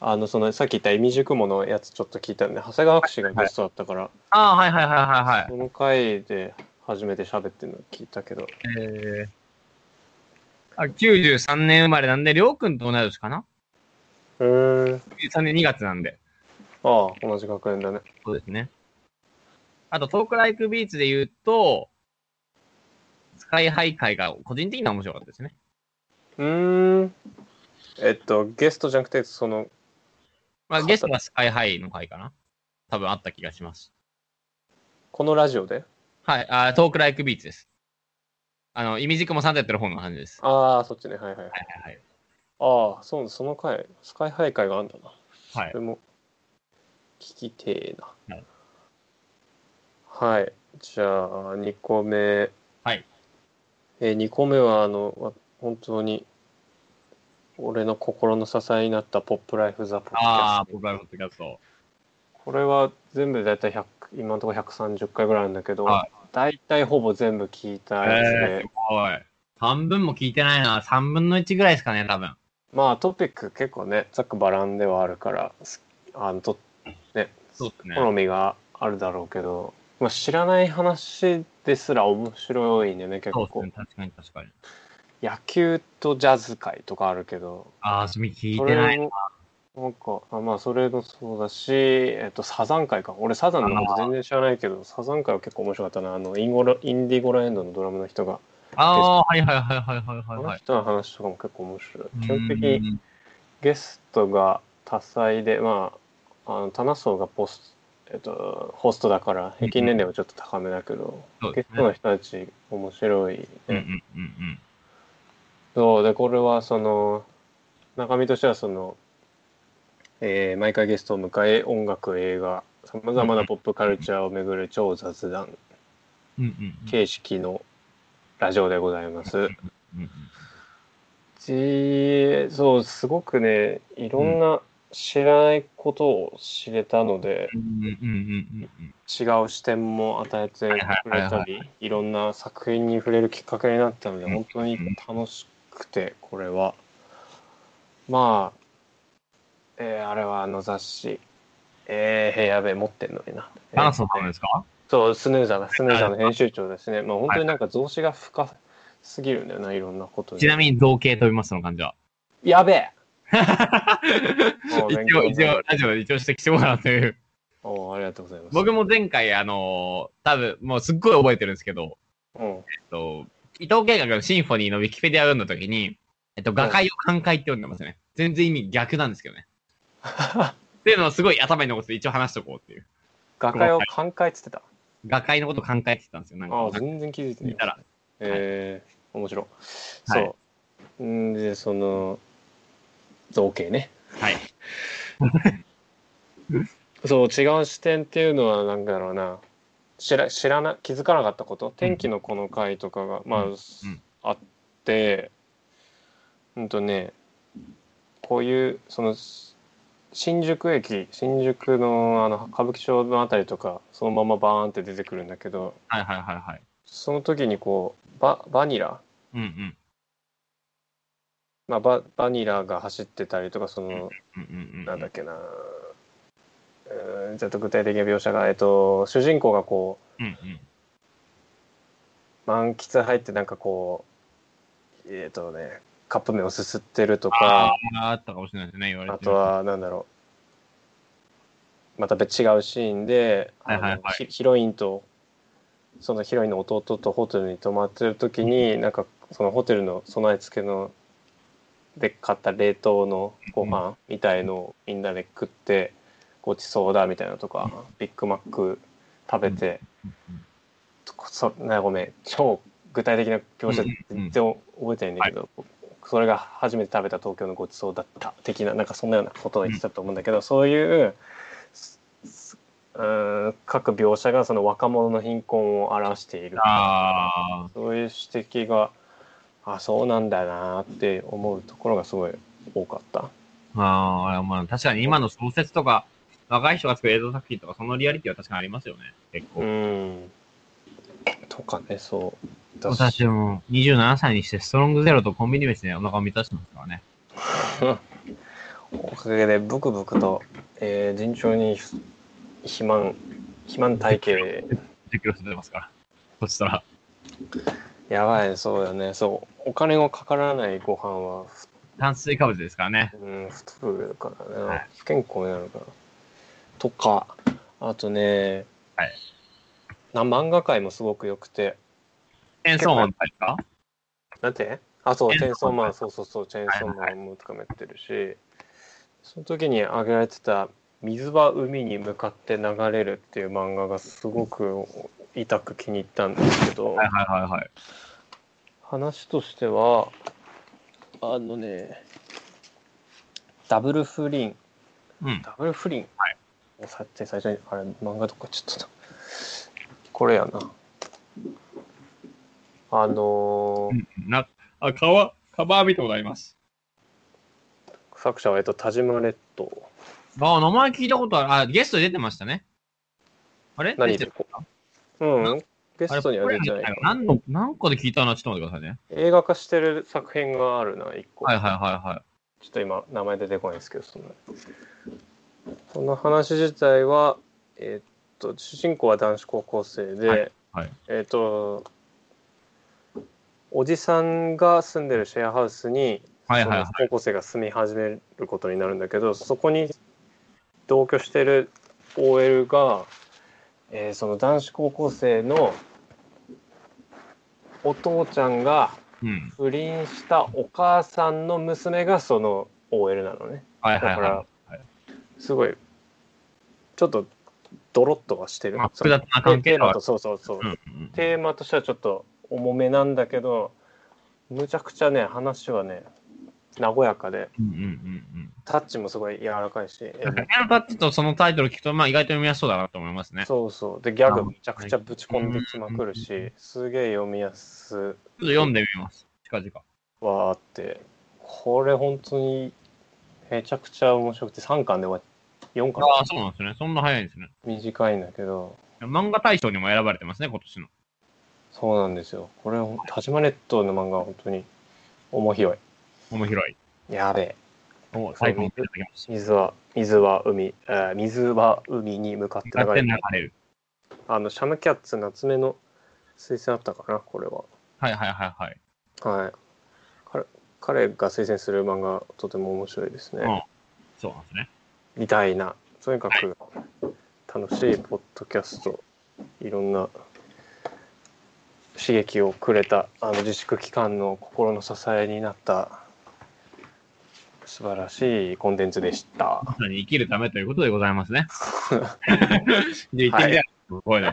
あの、その、さっき言った意味熟語のやつちょっと聞いたんで、長谷川博士がゲストだったから、あはいはいはいはいはい。その回で初めて喋ってるの聞いたけど、えーあ93年生まれなんで、りょうくんと同い年かなうーん、 ?93 年2月なんで。ああ、同じ学園だね。そうですね。あと、トークライクビーツで言うと、スカイハイ会が個人的には面白かったですね。うーん、えっと、ゲストじゃなくて、その、まあ、ゲストはスカイハイの会かな。多分あった気がします。このラジオではい。あートークライクビーツです。あの、イミジクもさんとやってる方の感じです。ああ、そっちね、はいはい。はい、はいはい。ああ、そう、その回、スカイハイ会があるんだな。はいそれも、聞きてえな。はいはい。じゃあ、2個目。はい。えー、2個目は、あの、わ本当に俺の心の支えになったポップライフ・ザ・ポッドキあャあ、ストポップライブポッドキャスト。これは全部だいたい100今のところ130回ぐらいなんだけど、はだいたいほぼ全部聞いたやつえでー、、すごい。半分も聞いてないな。3分の1ぐらいですかね、多分。まあトピック結構ねざっくばらんではあるからすあのと、ね、そうですね。好みがあるだろうけど、まあ、知らない話ですら面白いんだよね結そう構ですね。確かに確かに。野球とジャズ界とかあるけどああ、それ聞いそてなれい。もなんかあまあそれもそうだし、えっと、サザン界か俺サザンのこと全然知らないけどサザン界は結構面白かったなあのインゴラインディゴラエンドのドラムの人が、ああー、はいはいはいはいはあいのはい。人の話とかも結構面白い基本的うにんゲストが多彩でまああのタナソーがポスえっと、ホストだから平均年齢はちょっと高めだけど、そうゲですスねトの人たち面白いね、うんうんうんそうでこれはその中身としてはその、えー毎回ゲストを迎え音楽映画さまざまなポップカルチャーをめぐる超雑談うん。うんうんうん形式のラジオでございます。うんうんじそうすごくねいろんな知らないことを知れたので、うんうんうんうん違う視点も与えてくれたりいろんな作品に触れるきっかけになったのでうん本当に楽しくてこれはまあ、えーあれはあの雑誌えー、やべえ持ってんのにな、えーダンスのためですかそうスヌーザーだスヌーザーの編集長ですねまあ本当になんか増資が深すぎるんだよないろんなことにちなみに造形飛びますその感じは。やべえ 一もう勉強応、に一な応る、ラジオで一応指摘してもらうという。おーありがとうございます僕も前回、あのー、多分もうすっごい覚えてるんですけど、うんえっと、伊藤計画のシンフォニーのウィキペディアを読んだときに、えっと、画界を寛解って読んでますね。全然意味逆なんですけど ね。っていうのをすごい頭に残ってて一応話しとこうっていう。画界を寛解っつってた画界のこと寛解って言ったんですよ。なんか、ああなんか全然気づいてな聞いいたら。ええ面白い。はいそう。んで、その、造形ね。はい。そう、違う視点っていうのは、なんだろうな。知ら、知らな、気づかなかったこと。天気のこの回とかが、まあ、うんあって、うんとね、こういう、その、新宿駅、新宿の、あの、歌舞伎町のあたりとか、そのままバーンって出てくるんだけど、はいはいはいはい。その時にこう、バ、バニラうんうん。まあ、ババニラが走ってたりとかそのうんうんうん。なんだっけなうーんちょっと具体的な描写が、えっと、主人公がこうんうん。う満喫入ってなんかこうえっとねカップ麺をすすってるとあかーあったかもしれないですね、言われあてみとれば。はなんだろうまた別違うシーンで、あのはいはいはいヒヒロインとそのヒロインの弟とホテルに泊まってる時になんかそのホテルの備え付けので買った冷凍のご飯みたいのをみんなで食ってごちそうだみたいなとかビッグマック食べてうんとかそなごめん超具体的な描写全然覚えてないんだけど、それが初めて食べた東京のごちそうだった的ななんかそんなようなことを言ってたと思うんだけど、そういうすすうーん各描写がその若者の貧困を表しているああ。そういう指摘があそうなんだなって思うところがすごい多かった。ああ、まあ確かに今の小説とか、若い人が作る映像作品とか、そのリアリティは確かにありますよね。結う構。んとかねそうだし私も27歳にしてストロングゼロとコンビニ飯でお腹を満たしてますからね。おかげでブクブクと、えー、順調に肥満肥満体型10キロ出てますから。そしたら。やばいそうだねそうお金がかからないご飯は炭水化物ですからね。うん太るからね、はい不健康になるからとかあとね、はいな漫画界もすごく良くてチェーンソーマンとかですかなんてあそうチチェェーーンンソソーーママンンそうそうそうチェーンソーマンも深めてるしその時に挙げられてた「水は海に向かって流れる」っていう漫画がすごく痛く気に入ったんですけどはいはいはいはい。話としてはあのねダブル不倫うん。ダブル不倫をさって最初にあれ漫画とかちょっとなこれやなあのーな、あ、かわ、カバー見たことあります。作者は、えっと、田島列島。ああ、名前聞いたことある。あ、ゲストで出てましたね。あれ何出てるうん。ゲあスれトにはこれ出てないかな。何の、何個で聞いたな、ちょっと待ってくださいね。映画化してる作品があるな、一個。はいはいはいはい。ちょっと今、名前出てこないんですけど、その。その話自体は、えっと、主人公は男子高校生で、はいはいえっと、おじさんが住んでるシェアハウスに、はいはいはいその高校生が住み始めることになるんだけどそこに同居してる OL が、えーその男子高校生のお父ちゃんがうん。不倫したお母さんの娘がその OL なのねはいだはいかはらすごいちょっとドロッとはしてい。るまあ複雑な関係テーマはあとそうそうそう、る。うんうんテーマとしてはちょっと重めなんだけどむちゃくちゃね話はね和やかでうんうんうんタッチもすごい柔らかいし、うん。なんか部屋のタッチとそのタイトル聞くと、まあ意外と読みやすそうだなと思いますね。ちょそうそうでギャグめちゃくちゃぶち込んできまくるしすげえ読みやすっと読んでみます。近々。はあってこれ本当にめちゃくちゃ面白くて3巻で終わ4巻ああ、そうなんですね。そんな早いんですね。短いんだけど漫画大賞にも選ばれてますね、今年の。そうなんですよこれほん田島列島の漫画は本当に面白い面白い。やべえお最後にいただきました。水は水は海、えー水は海に向かって流勝れ手るに流れる。あのシャムキャッツ夏目の推薦あったかなこれははいはいはいはい。はい。彼彼が推薦する漫画、とても面白いですね。うんそうなんですね。みたいな、とにかく楽しいポッドキャスト、いろんな刺激をくれた、あの自粛期間の心の支えになった、素晴らしいコンテンツでした。 まさに生きるためということでござい ますね。で、行ってみたい。こういうの。あ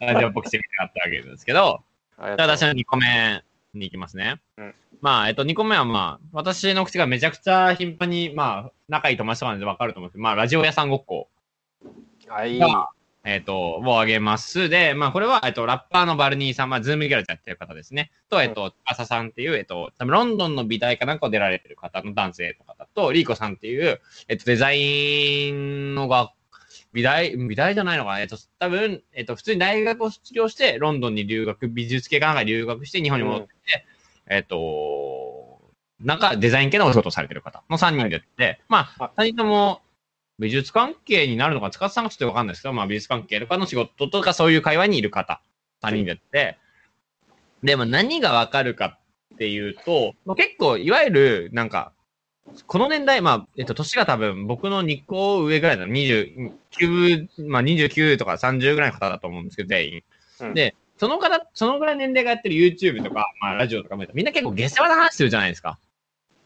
じゃあ僕してみたかったわけですけど、ありじゃあがとう私の2個目に行きますね。うんまあ、えっと、2個目はまあ、私の口がめちゃくちゃ頻繁に、まあ、仲いい友達とかなんでわかると思うんですけど、まあ、ラジオ屋さんごっこ、あいい。まえっと、をあげます。で、まあ、これは、えっと、ラッパーのバルニーさん、まあ、ズームギャラちゃんっていう方ですね。と、えっと、アサさんっていう、えっと、多分ロンドンの美大かなんかを出られてる方の男性の方と、リーコさんっていう、えっと、デザインの学美大、美大じゃないのかなえっと、多分、えっと、普通に大学を卒業して、ロンドンに留学、美術系かなんかに留学して、日本に戻ってきて、えっと、なんかデザイン系のお仕事をされてる方の3人でやって、まあは、 2人とも美術関係になるのか、塚田さんがちょっとわかんないですけど、まあ、美術関係とかの仕事とか、そういう会話にいる方、3人でやって、でも何がわかるかっていうと、まあ、結構、いわゆる、なんか、この年代、まあ、えっと、年が多分、僕の2個上ぐらいの、29、まあ、29とか30ぐらいの方だと思うんですけど、全員。うんで、その方、そのぐらいの年齢がやってる YouTube とか、まあ、ラジオとか見ると、みんな結構下世話な話するじゃないですか。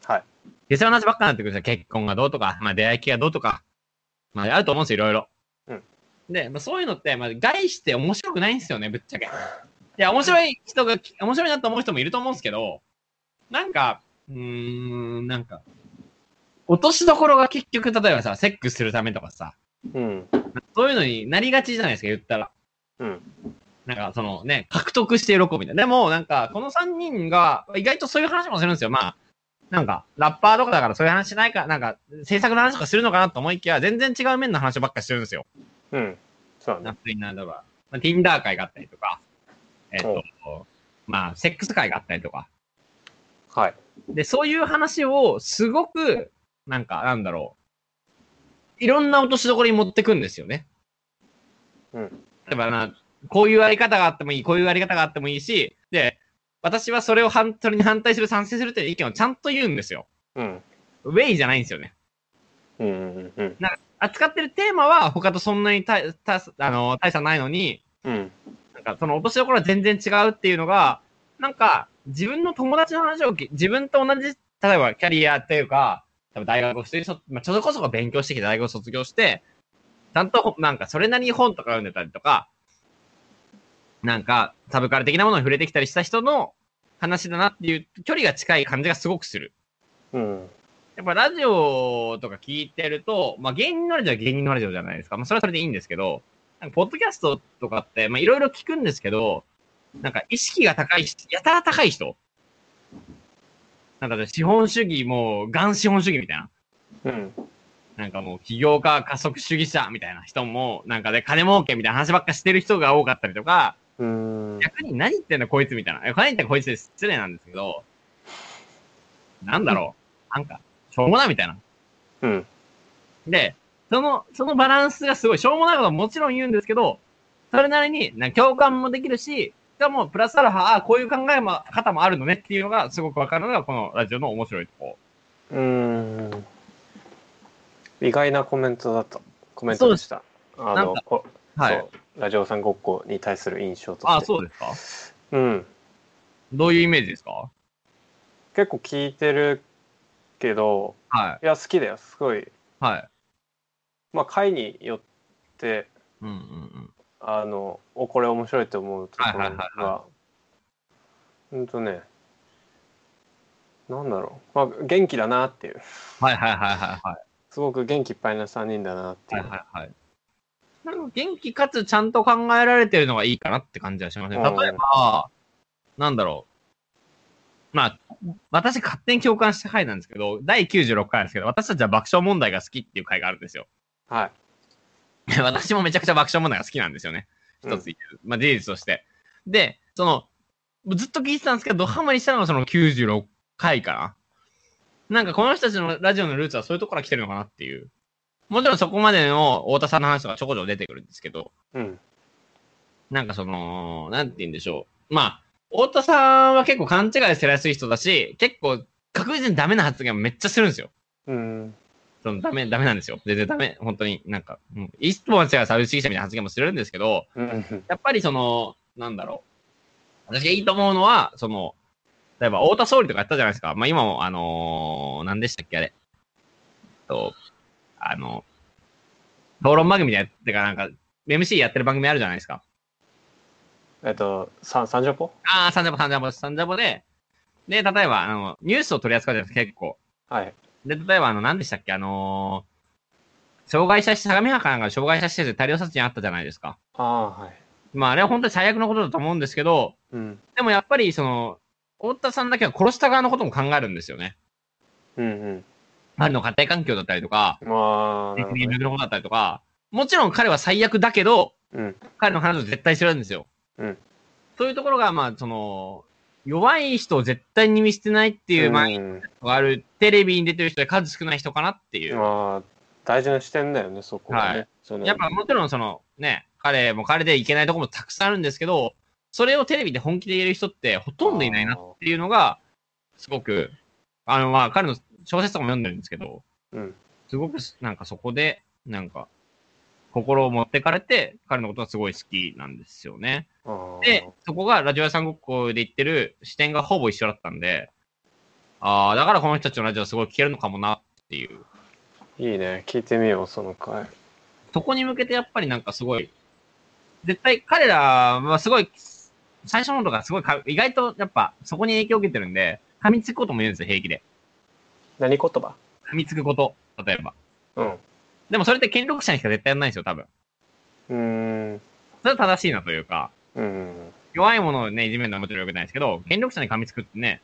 はい。下世話な話ばっかになってくるんですよ。結婚がどうとか、まあ、出会い系がどうとか、まあ、あると思うんですよ、いろいろ。うんで、まあ、そういうのって、まあ、概して面白くないんですよね、ぶっちゃけ。いや、面白い人が、面白いなと思う人もいると思うんですけど、なんか、うーん、なんか、落としどころが結局、例えばさ、セックスするためとかさ、うん。そういうのになりがちじゃないですか、言ったら。うん。なんか、そのね、獲得して喜ぶみたいな。でも、なんか、この3人が、意外とそういう話もするんですよ。まあ、なんか、ラッパーとかだからそういう話しないか、なんか、制作の話とかするのかなと思いきや、全然違う面の話ばっかしてるんですよ。うん。そうだなね。んかなんだろうな。まあ、Tinder 会があったりとか、えっ、と、まあ、セックス会があったりとか。はい。で、そういう話を、すごく、なんか、なんだろう。いろんな落としどころに持ってくんですよね。うん。例えばな、こういうあり方があってもいい、こういうあり方があってもいいし、で、私はそれを反それに反対する、賛成するっていう意見をちゃんと言うんですよ。うん。ウェイじゃないんですよね。うん。うん。うん。扱ってるテーマは他とそんなに大大あの大差ないのに、うん。なんかその落としどころは全然違うっていうのが、なんか自分の友達の話を聞き、自分と同じ、例えばキャリアっていうか、多分大学をしてる人、まあ、ちょこそこ勉強してきて大学を卒業して、ちゃんとなんかそれなりに本とか読んでたりとか、なんかサブカル的なものに触れてきたりした人の話だなっていう距離が近い感じがすごくする。うん。やっぱラジオとか聞いてると、まあ芸人のラジオは芸人のラジオじゃないですか。まあそれはそれでいいんですけど、なんかポッドキャストとかって、まあいろいろ聞くんですけど、なんか意識が高い人、やたら高い人なんかね資本主義、もう、ガン資本主義みたいな。うん。なんかもう、起業家、加速主義者みたいな人も、なんかで、金儲けみたいな話ばっかしてる人が多かったりとか、うーん。逆に何言ってんだこいつみたいな。え何言ってんだこいつで失礼なんですけど、なんだろう。なんか、しょうもないみたいな。うん。で、その、そのバランスがすごい、しょうもないことはもちろん言うんですけど、それなりに、な共感もできるし、しかも、プラスアルファ、ああ、こういう考えも、方もあるのねっていうのが、すごくわかるのが、このラジオの面白いとこ。うーん。意外なコメントだった。コメントでした。あなんの、かこはい。そうラジオさんごっこに対する印象として。ああ、そうですかうん。どういうイメージですか結構聞いてるけど、はい。いや、好きだよ。すごい。はい。まあ、回によって、うんうんうん。あの、お、これ面白いと思うところはいはいはいが、ほんとね、なんだろう。まあ、元気だなっていう。はいはいはいはいはすごく元気いっぱいな3人だなってい。いはう。いはいはい。なんか元気かつちゃんと考えられてるのがいいかなって感じはしますね。うん例えば、なんだろう。まあ、私勝手に共感した回なんですけど、第96回なんですけど、私たちは爆笑問題が好きっていう回があるんですよ。はい。で 私もめちゃくちゃ爆笑問題が好きなんですよね。一つ言える。まあ事実として。で、その、ずっと聞いてたんですけど、ドハマりしたのがその96回かな。なんかこの人たちのラジオのルーツはそういうとこから来てるのかなっていう。もちろんそこまでの太田さんの話とかちょこちょこ出てくるんですけど、うん。なんかその、なんて言うんでしょう。まあ、太田さんは結構勘違いされやすい人だし、結構確実にダメな発言もめっちゃするんですよ。うん。そのダメ、ダメなんですよ。全然ダメ。本当になんか、うん。一本違う差別主義者みたいな発言もするんですけど、うん。やっぱりその、なんだろう。私がいいと思うのは、その、例えば、太田総理とかやったじゃないですか。まあ、今も、あのー、何でしたっけ、あれ。と、あの、討論番組でやってか、なんか、MC やってる番組あるじゃないですか。えっと、三、三十歩ああ、サンジャポ、サンジャポ、サンジャポで、で、例えば、あの、ニュースを取り扱うじゃないですか、結構。はい。で、例えば、あの、何でしたっけ、あのー障害者施設、相模原かなんかの障害者施設で大量殺人あったじゃないですか。ああ、はい。まあ、あれは本当に最悪のことだと思うんですけど、うん。でもやっぱり、その、太田さんだけは殺した側のことも考えるんですよね。うん彼の家庭環境だったりとか、うん。まあ、なるほど人ね。間のことだったりとか、もちろん彼は最悪だけど、うん。彼の話を絶対するんですよ。うんそういうところが、まあ、その、弱い人を絶対に見捨てないっていうマインうんドがある、テレビに出てる人で数少ない人かなっていう。まあ、大事な視点だよね、そこははねい。そのやっぱもちろんその、ね、彼も彼でいけないところもたくさんあるんですけど、それをテレビで本気で言える人ってほとんどいないなっていうのが、すごく、あの、まあ、彼の小説とかも読んでるんですけど、うん。すごく、なんかそこで、なんか、心を持ってかれて、彼のことはすごい好きなんですよね。あーで、そこがラジオ屋さんごっこで言ってる視点がほぼ一緒だったんで、ああ、だからこの人たちのラジオはすごい聞けるのかもなっていう。いいね。聞いてみよう、その回。そこに向けてやっぱりなんかすごい、絶対彼らはすごい、最初のとかすごいか、意外とやっぱそこに影響を受けてるんで、噛みつくことも言うんですよ、平気で。何言葉噛みつくこと、例えば。うん。うでもそれって権力者にしか絶対やんないんですよ、多分。ーん。それは正しいなというか、うん。弱いものをね、いじめるのはもちろん良くないですけど、権力者に噛みつくってね、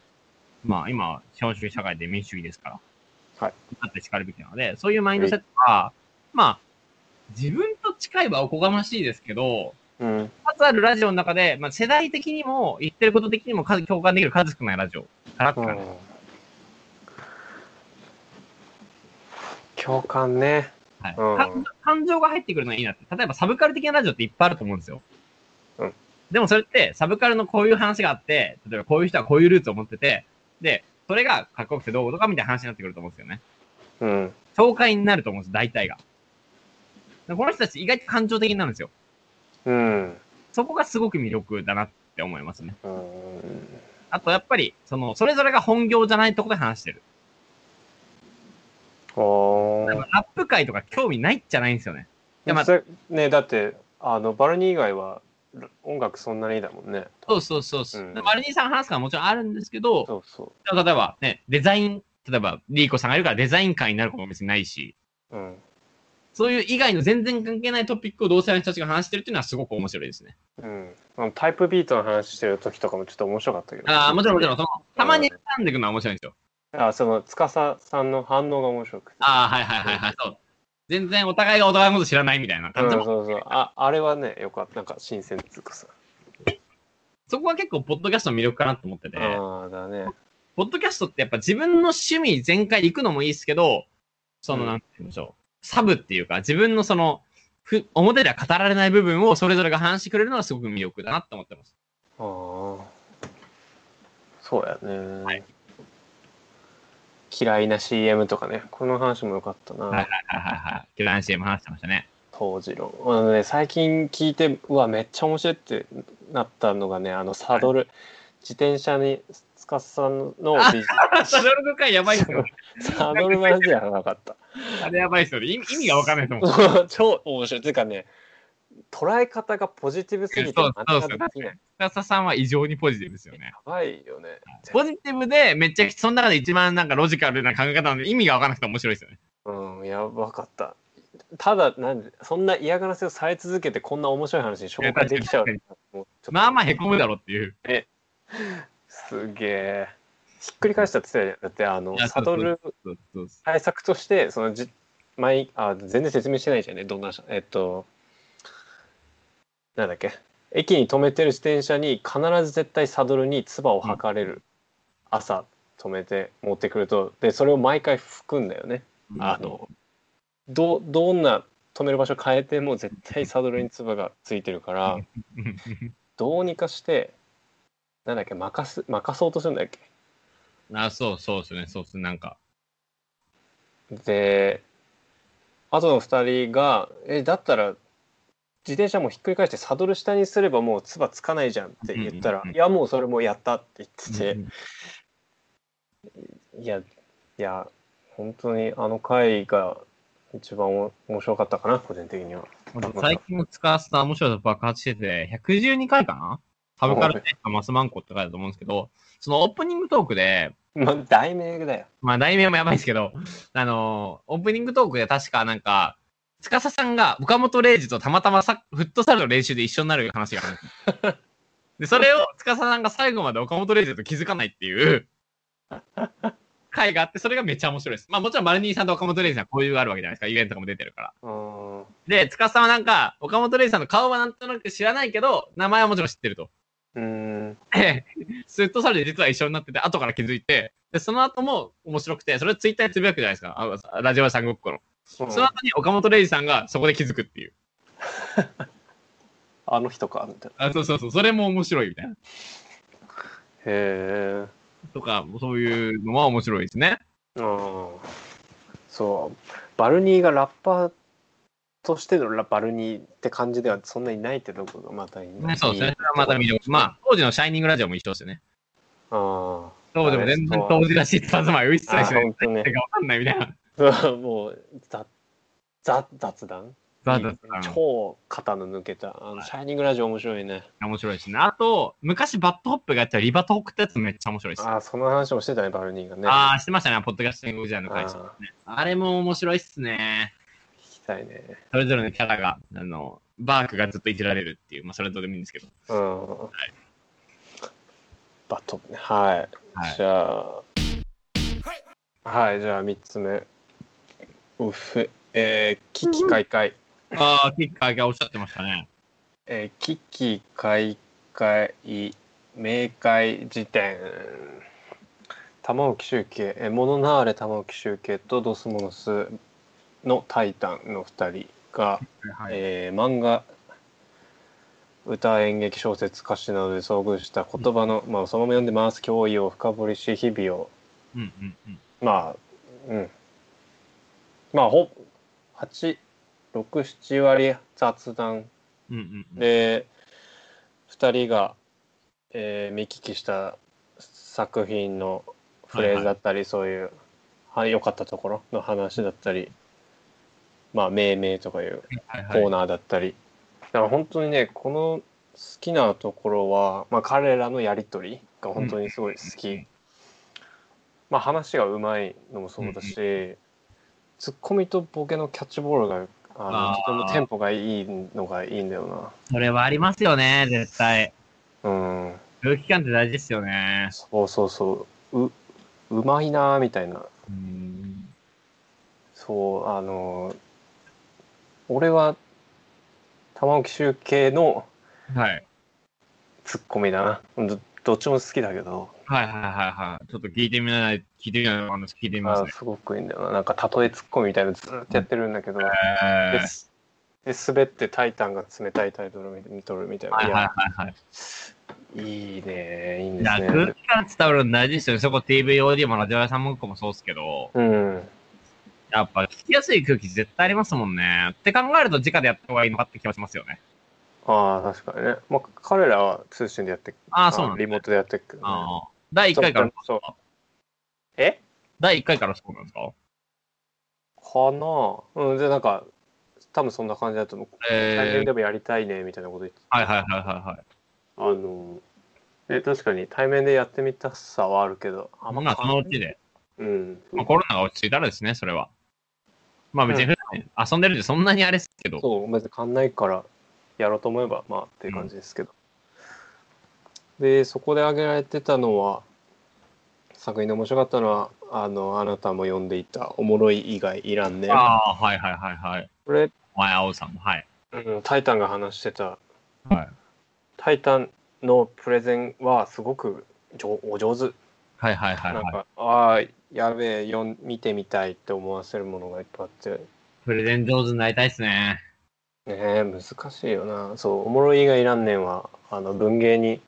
まあ今、資本主義社会で民主主義ですから、はい。あって叱るべきなので、そういうマインドセットは、まあ、自分と近いはおこがましいですけど、うん。数あるラジオの中で、まあ、世代的にも、言ってること的にも数共感できる数少ないラジオかなってう感じ。ん。共感ね。はいうん感感情が入ってくるのはいいなって。例えばサブカル的なラジオっていっぱいあると思うんですよ。うんでもそれって、サブカルのこういう話があって、例えばこういう人はこういうルーツを持ってて、で、それがかっこよくてどうとかみたいな話になってくると思うんですよね。うん。紹介になると思うんです、大体が。でこの人たち意外と感情的になるんですよ。うん。そこがすごく魅力だなって思いますね。うん。あとやっぱり、その、それぞれが本業じゃないとこで話してる。おー。ラップ界とか興味ないっちゃないんですよね。でまあそれねだってあのバルニー以外は音楽そんなにだもんねそうそうそうそう。うんマルニーさん話すからもちろんあるんですけど、そうそ例えばね、デザイン、例えばリーコさんがいるからデザイン会になることも別にないし、ううんそういう以外の全然関係ないトピックを同世代の人たちが話してるっていうのはすごく面白いですね。うんあのタイプビートの話してる時とかもちょっと面白かったけどああ、もちろんもちろん、んその、たまに絡んでいくのは面白いんですよ。あ、その、司さんの反応が面白くて。ああ、はいはいはいはい、そう。全然お互いがお互いのこと知らないみたいなう感ん、じそも、うそう。あ、あれはね、よかった。なんか新鮮っていうかさ。そこは結構、ポッドキャストの魅力かなと思ってて、ああ、だね。ポッドキャストってやっぱ自分の趣味全開で行くのもいいですけど、その、うんなんて言うんでしょう、サブっていうか、自分のその、ふ表では語られない部分をそれぞれが話してくれるのはすごく魅力だなと思ってます。ああ。そうやね。はい嫌いな CM とかね。この話もよかったな。はいはいはいはい。巨大 CM 話してましたね。当時のあのね最近聞いてうわめっちゃ面白いってなったのがねあのサドル、自転車に司さんのあビジサドルの回やばいっすよね。サドルマジやらなかったあれやばいっす よね。意味意味がわかんないと思う。 超面白いっていうかね捉え方がポジティブすぎてそうそうそうなかなかできない深さんは異常にポジティブですよねや。ばいよねポジティブで、めっちゃ、その中で一番なんかロジカルな考え方なんで、意味がわからなくて面白いですよね。うんやばかったただなんでそんな嫌がらせをされ続けてこんな面白い話に紹介できちゃういやもうちょっとまあまあへこむだろっていう。すげえひっくり返したって言ってたじゃんだってあのいやそサうドそうルそうそうそ対策としてそのじ前あ全然説明してないじゃんねどんなえっとなんだっけ駅に止めてる自転車に必ず絶対サドルに唾を吐かれる、朝止めて持ってくるとでそれを毎回拭くんだよね、うあのどどんな止める場所変えても絶対サドルに唾がついてるから、うんどうにかしてなんだっけ任す任そうとするんだっけあ、そうそうですね、そうですね、なんか。であとの2人が「えだったら自転車もひっくり返してサドル下にすればもうつばつかないじゃん」って言ったら「うんうんうんいやもうそれもうやった」って言ってうんて、いやいや本当にあの回が一番お面白かったかな個人的には。最近の使わせた面白さ爆発してて、112回かなサブカルテストマスマンコって書いてあると思うんですけど、そのオープニングトークで、まあ、題名だよ。まあ題名もやばいですけど、あのーオープニングトークで確かなんか、司さんが岡本玲二とたまたまサッフットサルの練習で一緒になる話があるんです。で、それを司さんが最後まで岡本玲二だと気づかないっていう回があって、それがめっちゃ面白いです。まあもちろんマルニーさんと岡本玲二さんこういうがあるわけじゃないですか。イベントとかも出てるから。うーんで、司さんはなんか、岡本玲二さんの顔はなんとなく知らないけど、名前はもちろん知ってると。うーんで スッとされて実は一緒になってて、後から気づいて、で、その後も面白くて、それをツイッターでつぶやくじゃないですか。あラジオ屋さんごっこの。うんその後に岡本玲二さんがそこで気づくっていう。あの人かみたいな。あ、そうそうそう。それも面白いみたいな。へえ。とか、そういうのは面白いですね。うんそうバルニーがラッパーとしてのラバルニーって感じではそんなにないってとこがまたいいな、そうですね。それはまた魅力。まあ、当時のシャイニングラジオも一緒ですよね。あ当時も全然当時らしいたずまいを一切しあない。本当誰ねかわかんないみたいな。もう雑雑雑談ザザザ超肩の抜けたあの、シャイニングラジオ面白いね面白いですね。あと、昔バッドホップがやってたリバトークってやつめっちゃ面白いです。ああその話もしてたねバルニーがねああ、してましたね。ポッドキャスティング時代の会社。あーあれも面白いっすね。聞きたいねそれぞれのキャラが、あの、バークがずっといじられるっていう、まあ、それはどうでもいいんですけど。うん、バットねはい、はいじゃあはいじゃあ3つ目うふえー、危機開会、ああ、キッカーがおっしゃってましたね。えー、危機開会明快辞典玉置周慶えー「モノナーレ玉置周慶」と「ドスモノス」の「タイタン」の2人がはい。えー漫画歌演劇小説歌詞などで遭遇した言葉の、まあ、そのまま読んでます脅威を深掘りし日々をうんうんうん。まあうんまあほ867割雑談うんうんうん。で2人が、えー見聞きした作品のフレーズだったり、そういうは良かったところの話だったりまあ命名とかいうはいはいコーナーだったり、だから本当にねこの好きなところは、まあ、彼らのやり取りが本当にすごい好き、うんまあ、話がうまいのもそうだし、ツッコミとボケのキャッチボールがあのあーとてもテンポがいいのがいいんだよそれはありますよね、絶対。なうん空気感って大事ですよね。そうそうそうううまいなーみたいなうん。そうあのー俺は玉置周慶のはい。ツッコミだなどどっちも好きだけどはいはいはいはい。ちょっと聞いてみない、聞いてみない話聞いてみますあね。すごくいいんだよななんか例えツッコミみたいなのずーっとやってるんだけど、えでーすで滑って「タイタン」が冷たいタイトル見とるみたいな、、はいはいはいはいやいいねいいんい。いでや、す空ね気感伝わるの大事ですよね。そこ TVOD もラジオ屋さんももそうですけど、うんやっぱ聞きやすい空気絶対ありますもんね。って考えると直でやった方がいいのかって気はしますよね。ああ確かにね、まあ、彼らは通信でやってああ、そうなんだリモートでやってるけど、ね、ああ。第1回から、そうえ第1回からそうなんですかかなうんでなんか多分そんな感じだと思うえー対面でもやりたいねみたいなこと言ってはいはいはいはいはい。あのえ確かに対面でやってみたさはあるけどあまあ、そのうちでで。うんまあ、コロナが落ち着いたらですね、それは。まあ別に普段遊んでるんでそんなにあれですけど。そう別に変わんないからやろうと思えばまあっていう感じですけど、でそこで挙げられてたのは作品で面白かったのはあのあなたも読んでいた「おもろい以外いらんねん」ああ、はいはいはいはい。これ、お前、青さんも。はい。うんタイタンが話してたはい。 「タイタン」のプレゼンはすごく上お上手はいはいはい、なんはい。かああやべえ読ん見てみたいって思わせるものがいっぱいあってねプレゼン上手になりたいですね。え難しいよなそう「おもろい以外いらんねんは」あの文芸に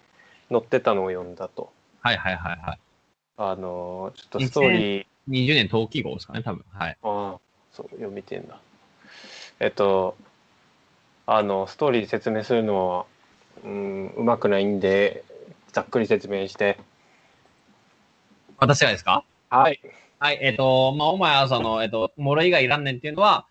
載ってたのを読んだとはいはいはいはい。あのちょっとストーリー20年冬季号ですかね、多分。はい。ああそう読みてんだえっとあのストーリー説明するのはうんうまくないんでざっくり説明して私がですかはいはい、えっ、と、まあ、お前はその、えっ、と、もろ以外いらんねんっていうのは、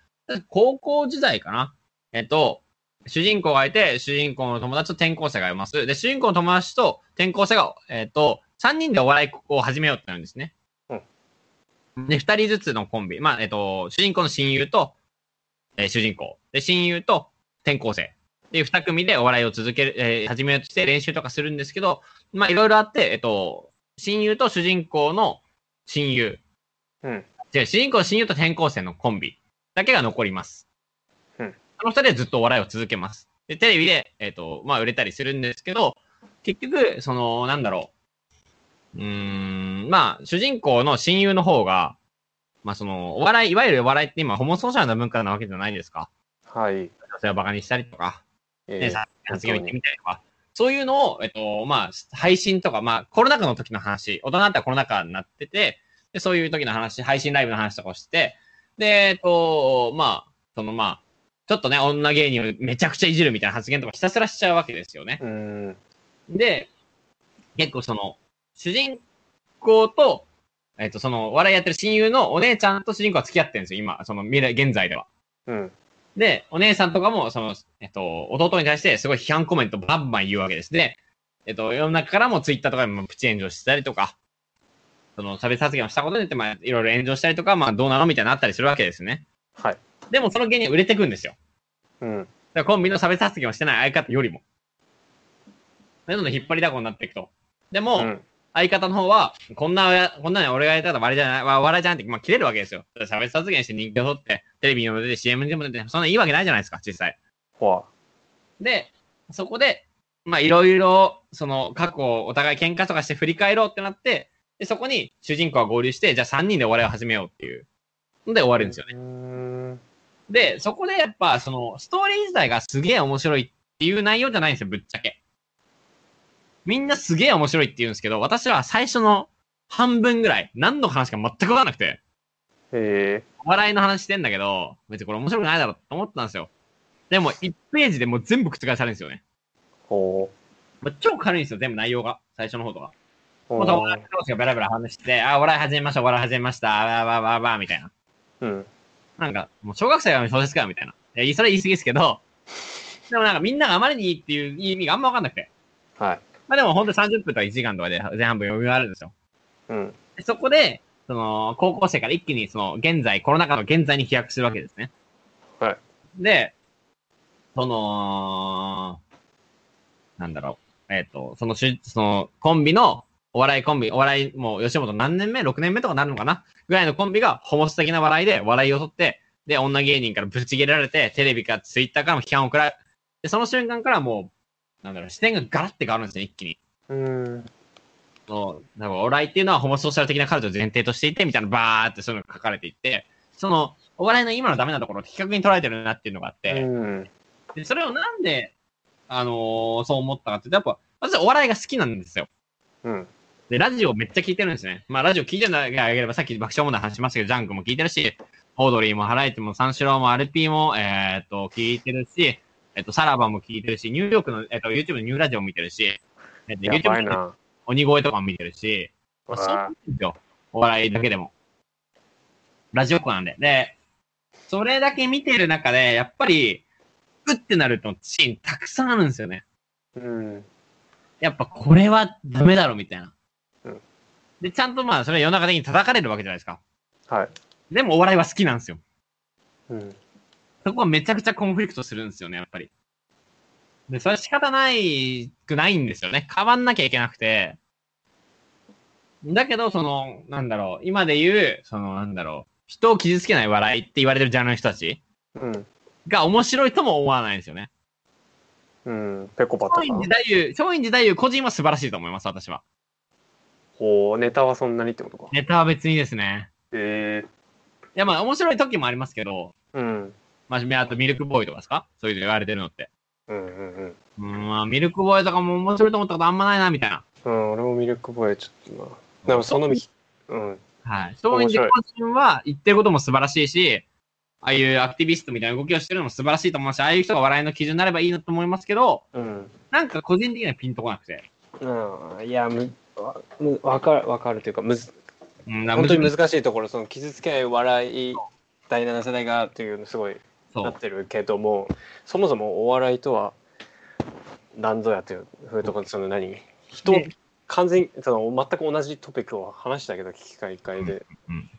高校時代かな。えっ、と、主人公がいて、主人公の友達と転校生がいます。で、主人公の友達と転校生が、えっ、と、3人でお笑いを始めようってなるんですね。で、2人ずつのコンビ。まあ、えっ、と、主人公の親友と、えー主人公。で、親友と転校生。で、2組でお笑いを続ける、えー始めようとして練習とかするんですけど、まあ、いろいろあって、えっ、と、親友と主人公の親友。うん違う、主人公、親友と転校生のコンビだけが残ります。うんあの二人はずっとお笑いを続けます。で、テレビで、えっ、と、まあ、売れたりするんですけど、結局、その、なんだろう。うーん、まあ、主人公の親友の方が、まあ、その、お笑い、いわゆるお笑いって今、ホモソーシャルな文化なわけじゃないですか。はいそれをバカにしたりとか、えね、ーさ発言を言ってみたりとか、そういうのを、えっと、まあ、配信とか、まあ、コロナ禍の時の話、大人だったらコロナ禍になってて、で、そういう時の話、配信ライブの話とかをして、で、えっと、まあ、その、まあ、ちょっとね、女芸人をめちゃくちゃいじるみたいな発言とかひたすらしちゃうわけですよね。うんで、結構その、主人公と、えっと、その、お笑いやってる親友のお姉ちゃんと主人公は付き合ってるんですよ、今、その未来、現在では。うんで、お姉さんとかも、その、えっと、弟に対してすごい批判コメントバンバン言うわけですね。えっと、世の中からもツイッターとかでもプチ炎上したりとか、その差別発言をしたことによって、まあ、いろいろ炎上したりとか、まあ、どうなのみたいになったりするわけですね。はいでも、その芸人は売れてくんですよ。うんだからコンビの差別発言をしてない相方よりも。なので、引っ張りだこになっていくと。でも、うん相方の方は、こんなや、こんなの俺がやったら笑いじゃない、わ笑いじゃないって、まあ、切れるわけですよ。差別発言して人気を取って、テレビにも出て、CM にも出て、そんないいわけないじゃないですか、実際。ほわで、そこで、まあ、いろいろ、その、過去をお互い喧嘩とかして振り返ろうってなって、で、そこに主人公が合流して、じゃあ3人でお笑いを始めようっていう。ので終わるんですよね。ねで、そこでやっぱ、その、ストーリー自体がすげえ面白いっていう内容じゃないんですよ、ぶっちゃけ。みんなすげえ面白いって言うんですけど、私は最初の半分ぐらい、何の話か全く分かんなくて。えお笑いの話してんだけど、別にこれ面白くないだろうと思ってたんですよ。でも、1ページでもう全部覆されるんですよね。ー、ほまあ、超軽いんですよ、全部内容が。最初の方とか。うまた友達同士がベラベラ話して、あー、お笑い始めました、お笑い始めました、わーわーわーわーみたいな。うんなんか、もう小学生が小説かよみたいな。いや、それ言い過ぎですけど、 でもなんかみんながあまりにいいっていう意味があんまわかんなくて。はいまあでも本当30分とか1時間とかで前半分読み終わるんですよ。うんでそこで、その、高校生から一気にその、現在、コロナ禍の現在に飛躍するわけですね。はいで、その、なんだろう、えっ、と、そのしゅ、その、コンビの、お笑いコンビ、お笑い、もう吉本何年目 ?6 年目とかなるのかなぐらいのコンビが、ホモス的な笑いで笑いを取って、で、女芸人からぶち切れられて、テレビかツイッターからも批判を食らう。で、その瞬間からもう、なんだろう、視点がガラッて変わるんですね、一気に。うん。の、なんか、お笑いっていうのはホモソーシャル的なカルチャーを前提としていて、みたいな、バーってそういうのが書かれていって、その、お笑いの今のダメなところを的確に捉えてるなっていうのがあって、うん。で、それをなんで、あのーそう思ったかっていうと、やっぱ、私はお笑いが好きなんですよ。うん。で、ラジオめっちゃ聞いてるんですね。まあ、ラジオ聞いてなければ、さっき爆笑問題話しましたけど、ジャンクも聞いてるし、オードリーもハライチも三四郎もアルピーも、えーっと、聞いてるし、えっと、サラバも聞いてるし、ニューヨークの、えっと、YouTube のニューラジオも見てるし、えっと、や YouTube ばいのな。鬼越とかも見てるし、まあ、そうなんですよ。お笑いだけでも。ラジオっ子なんで。で、それだけ見てる中で、やっぱり、うってなるとシーンたくさんあるんですよね。うん。やっぱこれはダメだろみたいなうん。で、ちゃんとまあ、それは世の中的に叩かれるわけじゃないですか。はい。でもお笑いは好きなんですよ。うん。そこはめちゃくちゃコンフリクトするんですよね、やっぱり。で、それは仕方ないくないんですよね。変わんなきゃいけなくて。だけど、その、なんだろう、今で言う、その、なんだろう、人を傷つけない笑いって言われてるジャンルの人たちうん。が面白いとも思わないんですよね。うん。ペコパとか松陰寺太夫、松陰寺太夫個人は素晴らしいと思います、私は。おおネタはそんなにってことか。ネタは別にですね。えいや、まあ、面白い時もありますけど、えうん。まあ、あとミルクボーイとかですかそういうの言われてるのって。うんうんうん、まあ、ミルクボーイとかも面白いと思ったことあんまないな、みたいな。うん。うん、俺もミルクボーイちょっとな。なんかその、うん。はい。そういう自己人は言ってることも素晴らしいし、ああいうアクティビストみたいな動きをしてるのも素晴らしいと思うし、ああいう人が笑いの基準になればいいなと思いますけど、うん。なんか個人的にはピンとこなくて。うん、いや、む、わむわかる、わかるというか、むず、うん、なん本か当に難しいところ、その傷つけない笑い、第7世代がっていうのすごいそなうっ。てるけども、そもそもお笑いとは何ぞやっていうふういうところで、その何人、で完全にその全く同じトピックを話したけど、聞き会会でうんうん、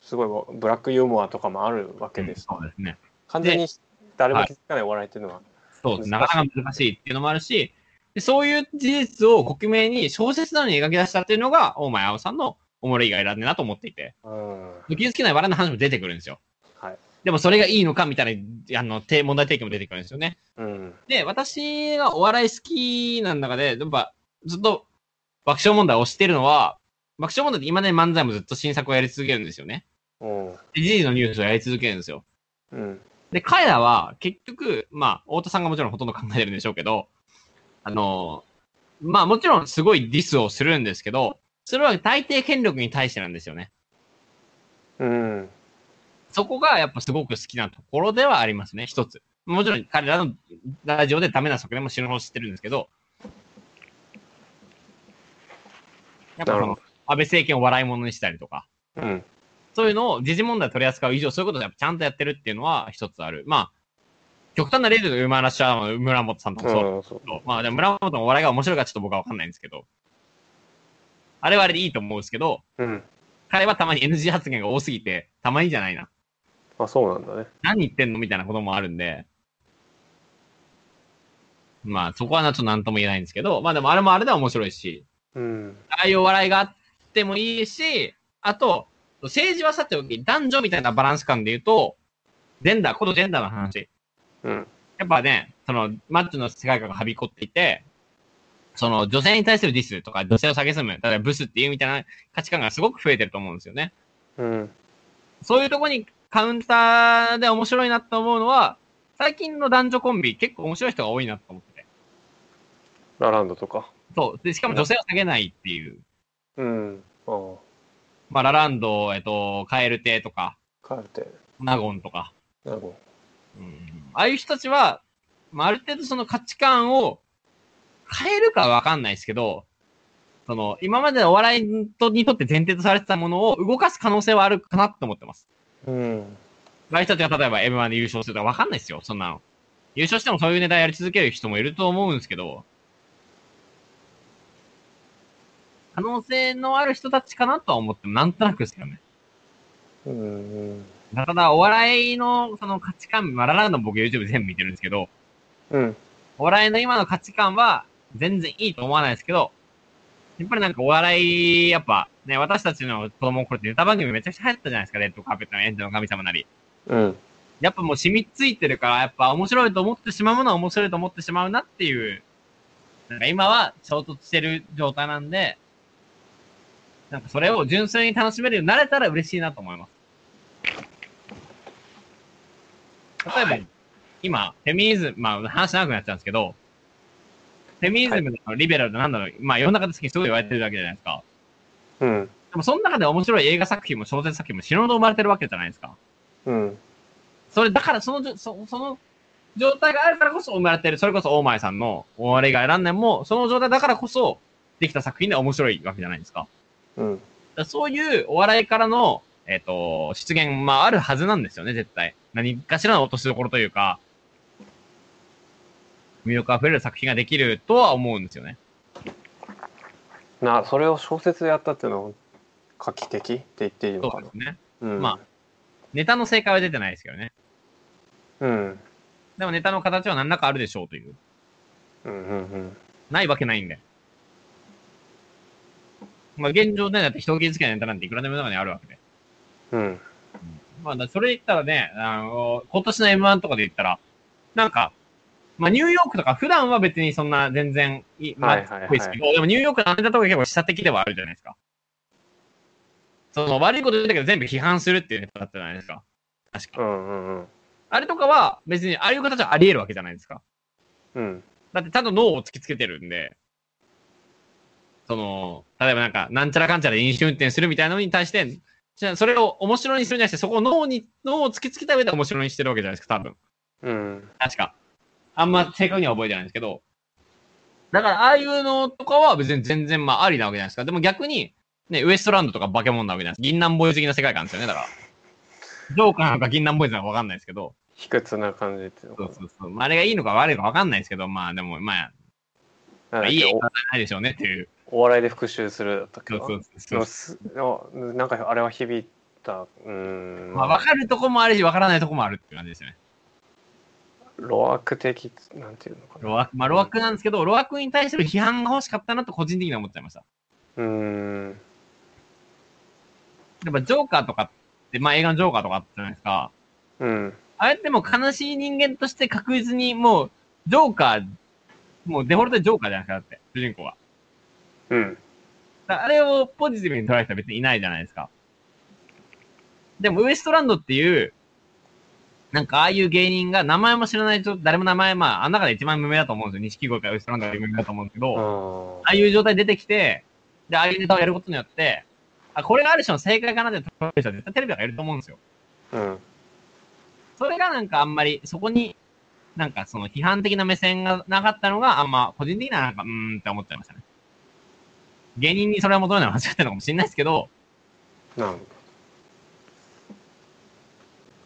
すごいわブラックユーモアとかもあるわけうんです。そうですね。完全に誰もはい気づかないお笑いっていうのは、そう難しいなかなか難しいっていうのもあるし、でそういう事実を克明に小説なのに描き出したっていうのが、大前青さんのおもろい以外だねなと思っていて、うん、は傷つけない笑いの話も出てくるんですよ。い。でもそれがいいのかみたいな、あの、て問題提起も出てくるんですよね。うん、で、私がお笑い好きな中で、やっぱ、ずっと爆笑問題を推してるのは、爆笑問題って今ね漫才もずっと新作をやり続けるんですよね。うん、で時事のニュースをやり続けるんですよ。うん、で、彼らは結局、まあ、太田さんがもちろんほとんど考えてるんでしょうけど、あの、まあもちろんすごいディスをするんですけど、それは大抵権力に対してなんですよね。うん、そこがやっぱすごく好きなところではありますね、一つ。もちろん彼らのラジオでダメな側面も知るほど知ってるんですけど、やっなぱそるほどの、安倍政権を笑い物にしたりとか、うん、そういうのを時事問題を取り扱う以上、そういうことをやっぱちゃんとやってるっていうのは一つある。まあ、極端な例で言うと、馬らっしゃ村本さんとかそううん、そう。まあ、でも村本のお笑いが面白いかちょっと僕はわかんないんですけど、あれはあれでいいと思うんですけど、うん、彼はたまに NG 発言が多すぎて、たまにじゃないな。あ、そうなんだね。何言ってんのみたいなこともあるんで、まあそこはなちょっと何とも言えないんですけど、まあでもあれもあれでは面白いし、うん、ああいうお笑いがあってもいいし、あと、政治はさておき、男女みたいなバランス感で言うと、ジェンダー、このジェンダーの話。うん、やっぱね、その、マッチョの世界観がはびこっていて、その、女性に対するディスとか、女性を蔑む、ただブスっていうみたいな価値観がすごく増えてると思うんですよね。うん、そういうとこにカウンターで面白いなと思うのは、最近の男女コンビ、結構面白い人が多いなと思ってて。ラランドとか。そう。で、しかも女性を下げないっていう。うん、ああ、まあ、ラランド、えっと、カエル亭とか、カルテ、ナゴンとか。なるほうん。ああいう人たちは、まあ、ある程度その価値観を変えるかはわかんないですけど、その、今までのお笑いとにとって前提とされてたものを動かす可能性はあるかなと思ってます。ど。うん、ああいう人たちが例えば M1 で優勝するとかわかんないですよ、そんなの。優勝してもそういうネタやり続ける人もいると思うんですけど、可能性のある人たちかなとは思っても、なんとなくですよね。うん、ただ、お笑いのその価値観、まあ、ラランド僕 YouTube 全部見てるんですけど、うん、お笑いの今の価値観は全然いいと思わないですけど、やっぱりなんかお笑い、やっぱね、私たちの子供の頃ってネタ番組めちゃくちゃ流行ったじゃないですか、レッドカーペットのエンドの神様なり。うん。やっぱもう染みついてるから、やっぱ面白いと思ってしまうものは面白いと思ってしまうなっていう、なんか今は衝突してる状態なんで、なんかそれを純粋に楽しめるようになれたら嬉しいなと思います。例えば、はい今、フェミニズム、まあ話長くなっちゃうんですけど、フェミニズムのリベラルってなんだろう、まあ世の中的にすごい言われてるわけじゃないですか。うん。でもその中で面白い映画作品も小説作品も死ぬほど生まれてるわけじゃないですか。うん。それ、だから、そのじょ、そその、状態があるからこそ生まれてる、それこそ大前さんの終わりが選んでも、その状態だからこそできた作品で面白いわけじゃないですか。だかうん。らそういうお笑いからの、えっ、と、出現、まああるはずなんですよね、絶対。何かしらの落としどころというか、魅力あふれる作品ができるとは思うんですよね。なあ、それを小説でやったっていうのは画期的って言っていいそのかうでな。すね。うん。まネタの正解は出てないですけどね。あ。うん。でもネタの形は何らかあるでしょうという。うんうんうん。ないわけないんで。まあ現状ね、だって人を傷つけないネタなんていくらでも中にあるわけで。うん。まあだそれ言ったらね、あの、今年の M1 とかで言ったら、なんか、まあニューヨークとか普段は別にそんな全然いい、まあ、はいはいはいっぽですけど、でもニューヨークのあれだとか結構示唆的ではあるじゃないですか。その悪いこと言うんだけど全部批判するっていうネタだったじゃないですか。確うか。んうんうん。あれとかは別にああいう形はあり得るわけじゃないですか。うん。だってちゃんと脳を突きつけてるんで、その、例えばなんか、なんちゃらかんちゃらで飲酒運転するみたいなのに対して、じゃあそれを面白にするんじゃなくて、そこを脳に、脳を突きつけた上で面白にしてるわけじゃないですか、多分。うん。確か。あんま正確には覚えてないんですけど。だから、ああいうのとかは別に全然まあありなわけじゃないですか。でも逆に、ね、ウエストランドとかバケモンなわけじゃないです銀杏ボーイズ的な世界観ですよね、だから。ジョーカーなのか銀杏ボーイズなのかわかんないですけど。卑屈な感じっていうのかそなうそうそう。まあ、あれがいいのか悪いのかわかんないですけど、まあでも、まあ、なんまだあっいいけ映お画じゃないでしょうねっていう。お笑いで復讐するだったっけそうなそうそうそう。でもすあなんかあれは響いたうんまあ、わかるとこもあるし、わからないとこもあるって感じですよね。ロアク的なんていうのかなロアク、まあ、ロアクなんですけど、ロアクに対する批判が欲しかったなと個人的には思っちゃいました。うんやっぱ、ジョーカーとかって、まあ、映画のジョーカーとかあったじゃないですか。うんあれってもう悲しい人間として確実に、もう、ジョーカー、もうデフォルトでジョーカーじゃないですか、だって、主人公は。うんだからあれをポジティブに捉えた人は別にいないじゃないですか。でも、ウエストランドっていう、なんかああいう芸人が名前も知らないと、誰も名前、まあ、あの中で一番無名だと思うんですよ。錦鯉かウエストランドが有名だと思うんですけど、あああいう状態で出てきて、で、ああいうネタをやることによって、あ、これがある種の正解かなって捉える人は絶対テレビがいると思うんですよ。ーうんそれがなんかあんまり、そこに、なんかその批判的な目線がなかったのが、あんま個人的にはなんか、うーんって思っちゃいましたね。芸人にそれを求めるのは間違ってるのかもしれないですけど、なん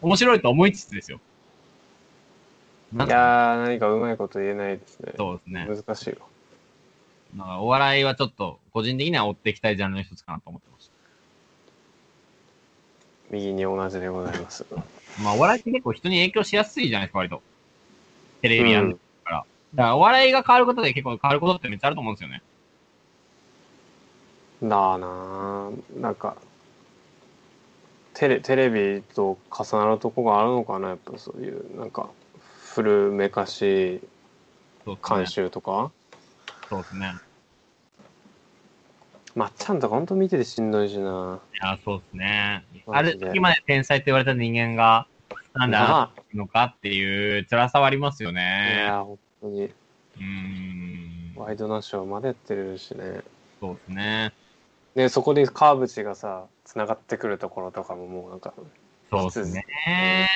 面白いと思いつつですよ。なんいかやー何かうまいこと言えないですねそうですね。難しいわなんかお笑いはちょっと、個人的には追っていきたいジャンルの一つかなと思ってまし右に同じでございますた。まあ、お笑いって結構人に影響しやすいじゃないですか、割と。テうレビやる、んだから、お笑いが変わることで結構変わることってめっちゃあると思うんですよね。だなーなんかテレテレビと重なるとこがあるのかなやっぱそういうなんか古めかしいそうですね監。修とか、そうですね。まっちゃんとかほんと見ててしんどいしな。いや、そうですね。あマれジで時まで天才って言われた人間が、なんでああなっなてるのかっていう辛さはありますよあいね。や、ほんとに、うーん。ワイドナショーまでやってるしね。そうですね。で、そこで川淵がさ、繋がってくるところとかももうなんか、そうですね。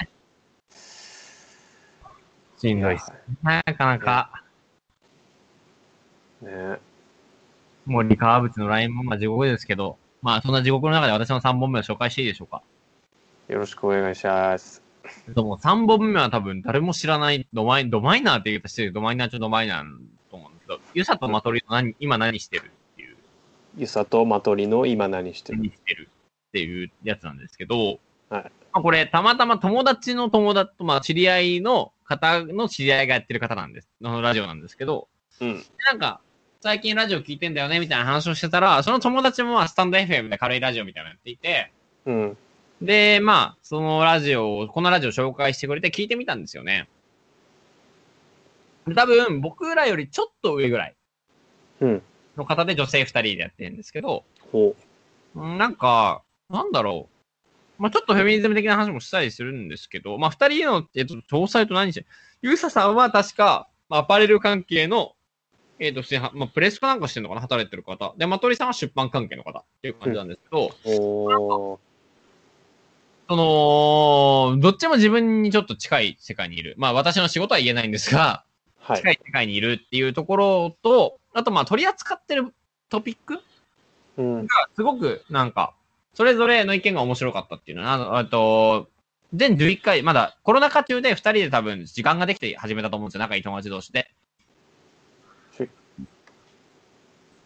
しんどいっすねね。なかなか、え森川淵のラインもまあ地獄ですけど、まあそんな地獄の中で私の3本目を紹介していいでしょうか。よろしくお願いします。でも3本目は多分誰も知らないドマイ、ドマイナーって言うとしてるドマイナーちょドマイナーと思うんですけど、ユサとマトリの何、今何してるっていう。ゆさとまとりの今何してるにしてるっていうやつなんですけど、はいまあ、これ、たまたま友達の友達と、まあ、知り合いの方の知り合いがやってる方なんです、のラジオなんですけど、うん。なんか、最近ラジオ聞いてんだよねみたいな話をしてたら、その友達もまあスタンド FM で軽いラジオみたいなのやっていて、うん。で、まあ、そのラジオを、このラジオを紹介してくれて聞いてみたんですよね。で多分、僕らよりちょっと上ぐらいうん。の方で女性2人でやってるんですけど、ほうんなんか、なんだろう。まあ、ちょっとフェミニズム的な話もしたりするんですけど、まあ、2人の、えっと、詳細と何して、ユーサさんは確か、まあ、アパレル関係の、えっと、普通には、まあ、プレスかなんかしてるのかな働いてる方。で、マトリさんは出版関係の方っていう感じなんですけど、う。ほその、どっちも自分にちょっと近い世界にいる。まあ私の仕事は言えないんですが、う。はい近。い世界にいるっていうところと、あとまあ取り扱ってるトピックうん。がすごくなんか、それぞれの意見が面白かったっていうのは、あのあと、全11回、まだコロナ禍中で2人で多分時間ができて始めたと思うんですよ。仲いい友達同士ではい。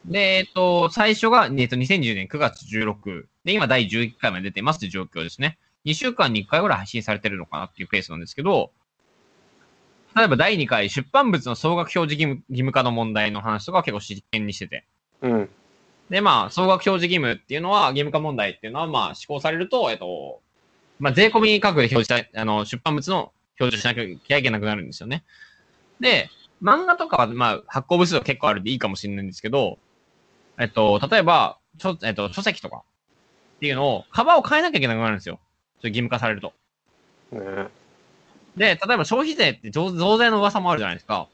で、えっと、最初が、えっと、2020年9月16。で、今第11回まで出てますって状況ですね。2週間に1回ぐらい配信されてるのかなっていうペースなんですけど、例えば第2回、出版物の総額表示義務義務化の問題の話とかは結構真剣にしてて。うん。で、まあ、総額表示義務っていうのは、義務化問題っていうのは、まあ、施行されると、えっと、まあ、税込み価格で表示した、あの、出版物の表示しなきゃいけなくなるんですよね。で、漫画とかは、まあ、発行部数は結構あるんでいいかもしれないんですけど、えっと、例えば、書えっと、書籍とかっていうのを、カバーを変えなきゃいけなくなるんですよ。それ義務化されると。ね。で、例えば消費税って増増税の噂もあるじゃないですか。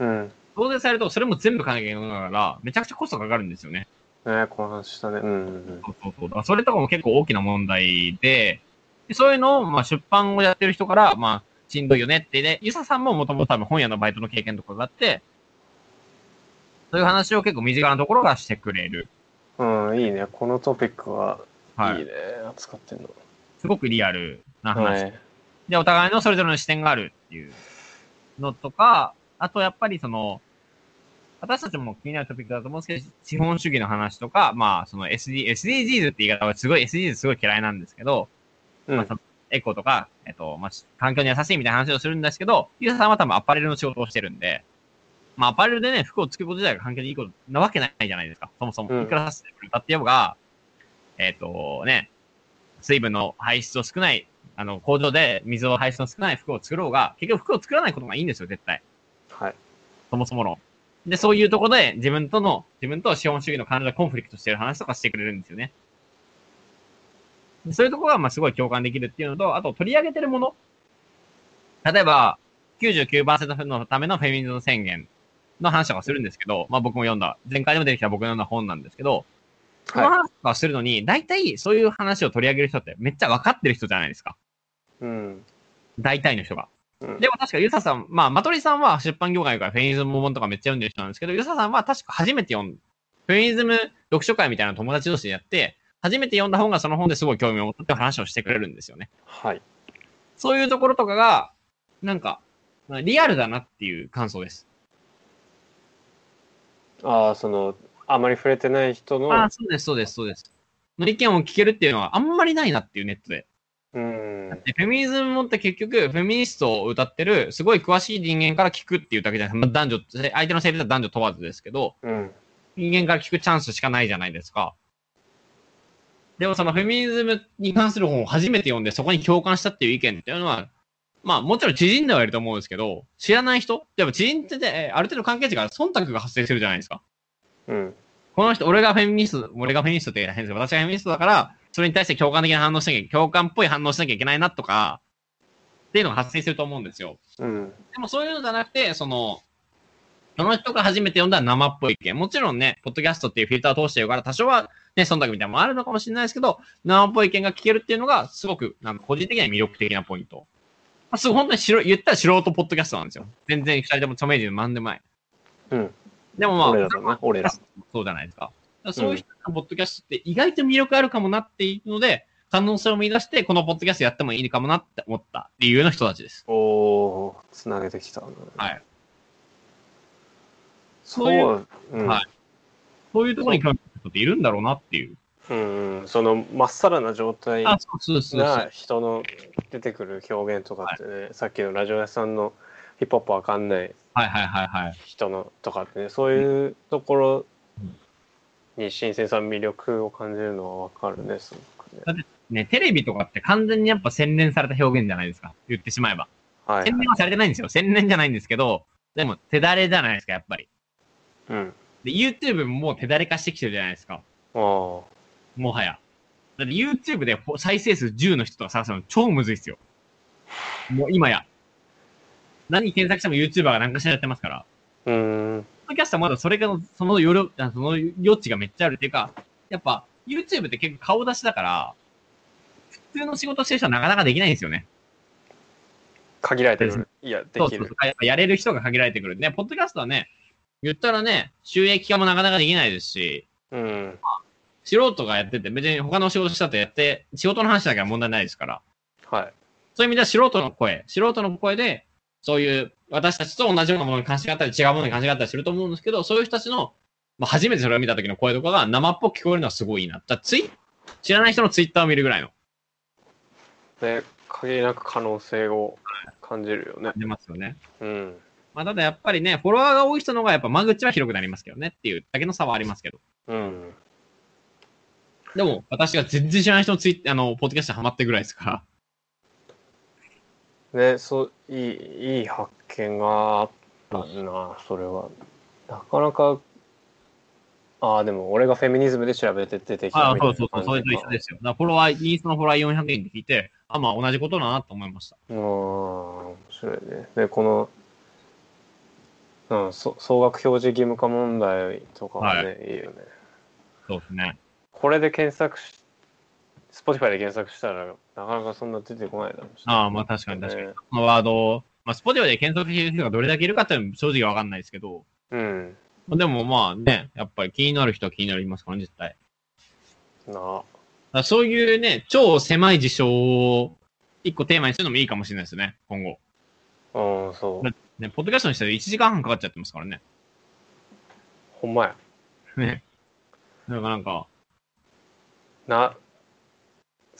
うん。増税されると、それも全部変えなきゃいけないから、めちゃくちゃコストかかるんですよね。ねこの話したね。うんうんそうそうそう。だからそれとかも結構大きな問題で、でそういうのを、まあ、出版をやってる人から、まあ、しんどいよねってね、ゆささんももともと多分本屋のバイトの経験とかがあって、そういう話を結構身近なところがしてくれる。うん。うん、いいね。このトピックは、はい。いいね。扱ってんの。すごくリアルなは話。い。で、お互いのそれぞれの視点があるっていうのとか、あとやっぱりその、私たちも気になるトピックだと思うんですけど、資本主義の話とか、まあ、その SD、SDGs って言い方はすごい、SDGs すごい嫌いなんですけど、うまあんそ。のエコとか、えっと、まあ、し環境に優しいみたいな話をするんですけど、ゆうささんは多分アパレルの仕事をしてるんで、まあ、アパレルでね、服を作ること自体が環境にいいことなわけないじゃないですか。そもそうも。んいくらさせてくれたってようが、えっと、ね、水分の排出を少ない、あの、工場で水を排出の少ない服を作ろうが、結局服を作らないことがいいんですよ、絶対。はい。そもそもの。で、そういうところで自分との、自分と資本主義の感情がコンフリクトしてる話とかしてくれるんですよね。でそういうところがまあすごい共感できるっていうのと、あと取り上げてるもの。例えば、99%のためのフェミニズム宣言の話とかするんですけど、まあ僕も読んだ、前回でも出てきた僕の読んだ本なんですけど、そのは話とかをするのに、大体そういう話を取り上げる人ってめっちゃ分かってる人じゃないですか。い。うん。大体の人が。うんでも確かユサさん、まあ、マトリさんは出版業界からフェミニズム本とかめっちゃ読んでる人なんですけど、ユサさんは確か初めて読んフェミニズム読書会みたいなの友達同士でやって、初めて読んだ本がその本ですごい興味を持ったって話をしてくれるんですよね。はい。そういうところとかが、なんか、まあリアルだなっていう感想です。ああ、その、あまり触れてない人の、ああ、そうです、そうです、そうです。の意見を聞けるっていうのはあんまりないなっていうネットで。うん。でフェミニズムもって結局、フェミニストを歌ってる、すごい詳しい人間から聞くっていうだけじゃなくて、まあ男女、相手の性別は男女問わずですけど、うん。人間から聞くチャンスしかないじゃないですか。でもそのフェミニズムに関する本を初めて読んでそこに共感したっていう意見っていうのは、まあもちろん知人ではいると思うんですけど、知らない人、でも知人って、ね、ある程度関係値が忖度が発生するじゃないですか。うん。この人、俺がフェミニスト、俺がフェミニストって変ですけど、私がフェミニストだから、それに対して共感的な反応しなきゃ、共感っぽい反応しなきゃいけないなとか、っていうのが発生すると思うんですよ。うん。でもそういうのじゃなくて、その、その人が初めて読んだ生っぽい意見。もちろんね、ポッドキャストっていうフィルターを通してるから、多少はね、忖度みたいなのもあるのかもしれないですけど、生っぽい意見が聞けるっていうのが、すごく、なんか個人的には魅力的なポイント。まあ、すごい、本当に白い、言ったら素人ポッドキャストなんですよ。全然二人とも著名人なんでもない。うん。でもまあ、俺らだな、俺ら。そうじゃないですか。だからそういう人のポッドキャストって意外と魅力あるかもなっていうので、可能性を見出して、このポッドキャストやってもいいかもなって思った理由の人たちです。おー、つなげてきたな。はい。そう、うん、はいそういうところに興味ある人っているんだろうなっていう。うんうん、その、まっさらな状態あ、そうそうそうそう。な人の出てくる表現とかってね、さっきのラジオ屋さんのヒップホップわかんないはいはいはいはい。人のとかってねそういうところに新鮮さ魅力を感じるのはわかるねすごくね。ね、テレビとかって完全にやっぱ洗練された表現じゃないですか。言ってしまえば。はい洗、練はされてないんですよ。洗練じゃないんですけど、でも手だれじゃないですか、やっぱり。うんで、YouTube ももう手だれ化してきてるじゃないですか。ああもはや。だって YouTube でほ再生数10の人とか探すの超むずいっすよ。もう今や。何検索しても YouTuber が何かしらやってますから。うーんポッドキャストはまだそれが、その余力、あその余地がめっちゃあるっていうか、やっぱ YouTube って結構顔出しだから、普通の仕事してる人はなかなかできないんですよね。限られてるいやでそうきそるうそう。やっぱやれる人が限られてくる。ね、ポッドキャストはね、言ったらね、収益化もなかなかできないですし、うん素人がやってて、別に他の仕事したとやって、仕事の話だから問題ないですから。はいそういう意味では素人の声、素人の声で、そういう私たちと同じようなものに関心があったり、違うものに関心があったりすると思うんですけど、そういう人たちの、まあ、初めてそれを見た時の声とかが生っぽく聞こえるのはすごいいいな。だツイ知らない人のツイッターを見るぐらいの。で限りなく可能性を感じるよね出ますよね。うんまあ、ただやっぱりね、フォロワーが多い人の方がやっぱ間口は広くなりますけどねっていうだけの差はありますけど。うんでも、私が全然知らない人のツイッあの、ポッドキャストにハマってるぐらいですから。ねそういいいい発見があったなそれはなかなかああでも俺がフェミニズムで調べて出てきあたあ、みたそいうそうなそう、そ感れとじ一か緒ですよ。だからフォロワー、インスタのフォロワー400人って聞いて、あ、まあ同じことだなと思いました。うん面白いねでこのうん、そ総額表示義務化問題とかはね、い、いよねそうですね。これで検索し Spotify で検索したらなかなかそんな出てこないだろうしああまあ確かに確かにまあワードを、まあ、スポティファで検索してる人がどれだけいるかっていうのは正直わかんないですけど、うんまあでもまあね、やっぱり気になる人は気になりますからね、絶対。だかなあらそういうね、超狭い事象を一個テーマにするのもいいかもしれないですね、今後。うんそうね、ポッドキャストにしたら1時間半かかっちゃってますからね。 ほんまやね。なんかなんか、な